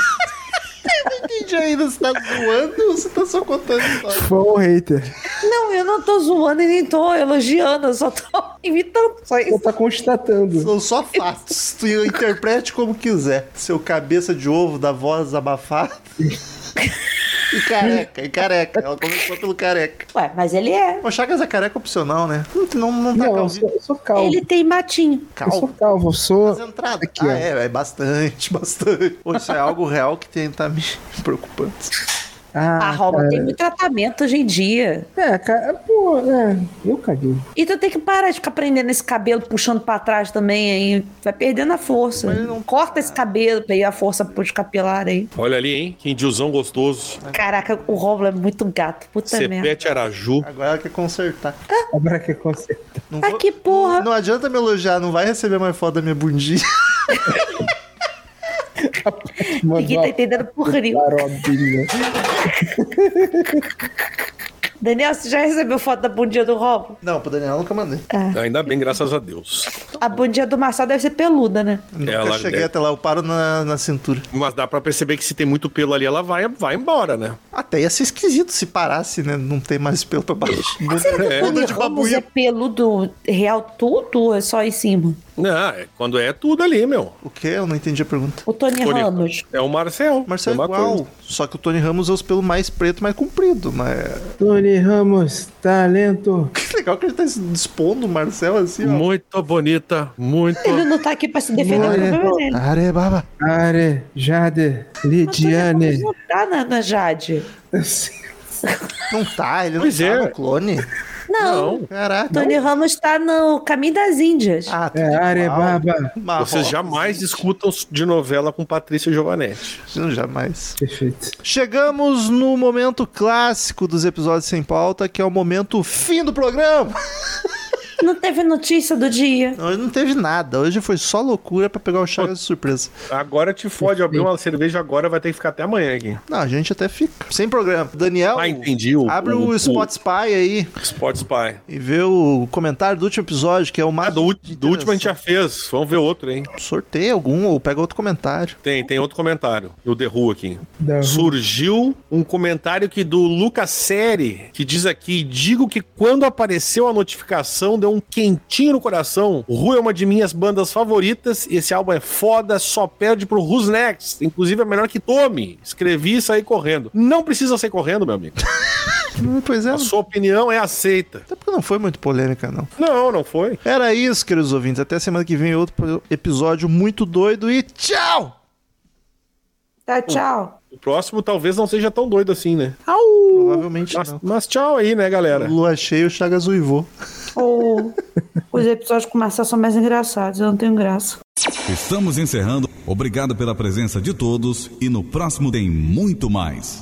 Speaker 1: Entendi ainda, você tá zoando ou você tá só contando história?
Speaker 4: Fã ou um hater?
Speaker 3: Não, eu não tô zoando e nem tô elogiando, eu só tô imitando. Só
Speaker 4: Você
Speaker 3: isso.
Speaker 4: tá constatando.
Speaker 1: São só fatos. Tu interprete como quiser. Seu cabeça de ovo da voz abafada. E careca, e careca. Ela começou pelo careca.
Speaker 3: Ué, mas ele é.
Speaker 1: O Chagas é careca opcional, né? Não, não, não tá
Speaker 4: Não, eu
Speaker 1: calvinho.
Speaker 4: sou, eu sou calvo.
Speaker 3: Ele é tem matinho.
Speaker 4: Eu sou
Speaker 1: Calvo.
Speaker 4: calvo, eu sou.
Speaker 1: Concentrado.
Speaker 4: Aqui,
Speaker 1: ah,
Speaker 4: ó.
Speaker 1: é, é bastante, bastante. Pô, isso é algo real que tem, tá me preocupando.
Speaker 3: A Roma
Speaker 4: cara.
Speaker 3: tem muito tratamento hoje em dia.
Speaker 4: Ah, tá. É, cara, pô, é, eu caguei.
Speaker 3: Então tem que parar de ficar prendendo esse cabelo, puxando pra trás também, aí vai perdendo a força. Corta esse cabelo pra ir a força pros capilar aí.
Speaker 2: Olha ali, hein? Que indiozão gostoso.
Speaker 3: Caraca, o Romulo é muito gato, puta merda.
Speaker 2: Cepete Araju.
Speaker 1: Agora ela quer consertar.
Speaker 4: Agora que eu consigo.
Speaker 1: Não,
Speaker 3: Ah,
Speaker 1: vou-
Speaker 3: que porra.
Speaker 1: não adianta me elogiar, não vai receber mais foto da minha bundinha.
Speaker 4: um
Speaker 3: Ninguém tá entendendo porra nenhuma.
Speaker 4: Carobinha.
Speaker 3: Daniel, você já recebeu foto da bundinha do Romulo?
Speaker 1: Não, pro Daniel eu nunca mandei.
Speaker 2: Ainda bem, graças a Deus.
Speaker 3: A bundinha do Marçal deve ser peluda, né?
Speaker 1: Nunca
Speaker 2: Ela
Speaker 1: cheguei
Speaker 2: deve-
Speaker 1: até lá, eu paro na, na cintura.
Speaker 2: Mas dá pra perceber que se tem muito pelo ali, ela vai, vai embora, né?
Speaker 1: Até ia ser esquisito se parasse, né? Não tem mais pelo pra baixo.
Speaker 2: É.
Speaker 1: Muda
Speaker 3: Tony
Speaker 1: de
Speaker 3: Ramos é
Speaker 1: babuína.
Speaker 3: peludo real tudo ou é só em cima?
Speaker 2: Não, é quando é tudo ali, meu.
Speaker 1: O quê? Eu não entendi a pergunta.
Speaker 3: O Tony,
Speaker 2: Tony-
Speaker 3: Ramos.
Speaker 2: É o Marcel.
Speaker 1: Marcelo é
Speaker 2: mesma
Speaker 1: igual,
Speaker 2: coisa.
Speaker 1: só que o Tony Ramos é os pelos mais preto, mais comprido. Mas
Speaker 4: Tony Ramos, talento.
Speaker 1: que legal que ele tá expondo o Marcel assim, ó.
Speaker 2: Muito bonita, muito.
Speaker 3: Ele não tá aqui pra se defender, o
Speaker 4: Olha.
Speaker 2: né?
Speaker 3: problema é dele.
Speaker 1: Arebaba.
Speaker 4: Are, Jade,
Speaker 3: Mas Tony Ramos
Speaker 4: Lidiane.
Speaker 3: Não tá na, na Jade.
Speaker 1: Não tá, ele não
Speaker 2: Pois
Speaker 1: tá
Speaker 2: é.
Speaker 1: no clone.
Speaker 3: Não,
Speaker 1: Caraca.
Speaker 3: Tony Ramos tá no Caminho das Índias.
Speaker 1: Ah, tá
Speaker 4: É, Arebaba.
Speaker 1: Marrom.
Speaker 2: Vocês jamais escutam de novela com Patrícia Giovanetti.
Speaker 1: Jamais.
Speaker 4: Perfeito.
Speaker 1: Chegamos no momento clássico dos episódios sem pauta, que é o momento fim do programa.
Speaker 3: Não teve notícia do dia.
Speaker 1: Hoje não teve nada. Hoje foi só loucura pra pegar o Chagas de surpresa.
Speaker 2: Agora te fode, abrir uma cerveja agora vai ter que ficar até amanhã aqui.
Speaker 1: Não, a gente até fica. Sem programa. Daniel,
Speaker 2: Ah, entendi. O,
Speaker 1: abre o, Spotify aí
Speaker 2: Spot Spy.
Speaker 1: e vê o comentário do último episódio, que é o mais.
Speaker 2: Ah, do, ulti- do último a gente já fez. Vamos ver outro, hein?
Speaker 1: Sorteia algum ou pega outro comentário.
Speaker 2: Tem, tem outro comentário do The Who aqui.
Speaker 4: Da-
Speaker 2: Surgiu um comentário que do Lucas Seri, que diz aqui: digo que quando apareceu a notificação, deu um quentinho no coração. Ru é uma de minhas bandas favoritas. Esse álbum é foda, só perde pro Who's Next. Inclusive é melhor que tome. Escrevi e saí correndo. Não precisa sair correndo, meu amigo.
Speaker 1: Hum, Pois é,
Speaker 2: A sua opinião é aceita.
Speaker 1: até porque não foi muito polêmica, não.
Speaker 2: Não, não foi.
Speaker 1: Era isso, queridos ouvintes. Até semana que vem, outro episódio muito doido e tchau!
Speaker 3: Tá, tchau.
Speaker 2: O próximo talvez não seja tão doido assim, né?
Speaker 1: Provavelmente
Speaker 2: Mas,
Speaker 1: não.
Speaker 2: mas tchau aí, né, galera?
Speaker 1: Lua cheia, o Chagas uivou.
Speaker 3: Ou os episódios com o Marcel são mais engraçados, eu não tenho graça.
Speaker 7: Estamos encerrando. Obrigado pela presença de todos e no próximo tem muito mais.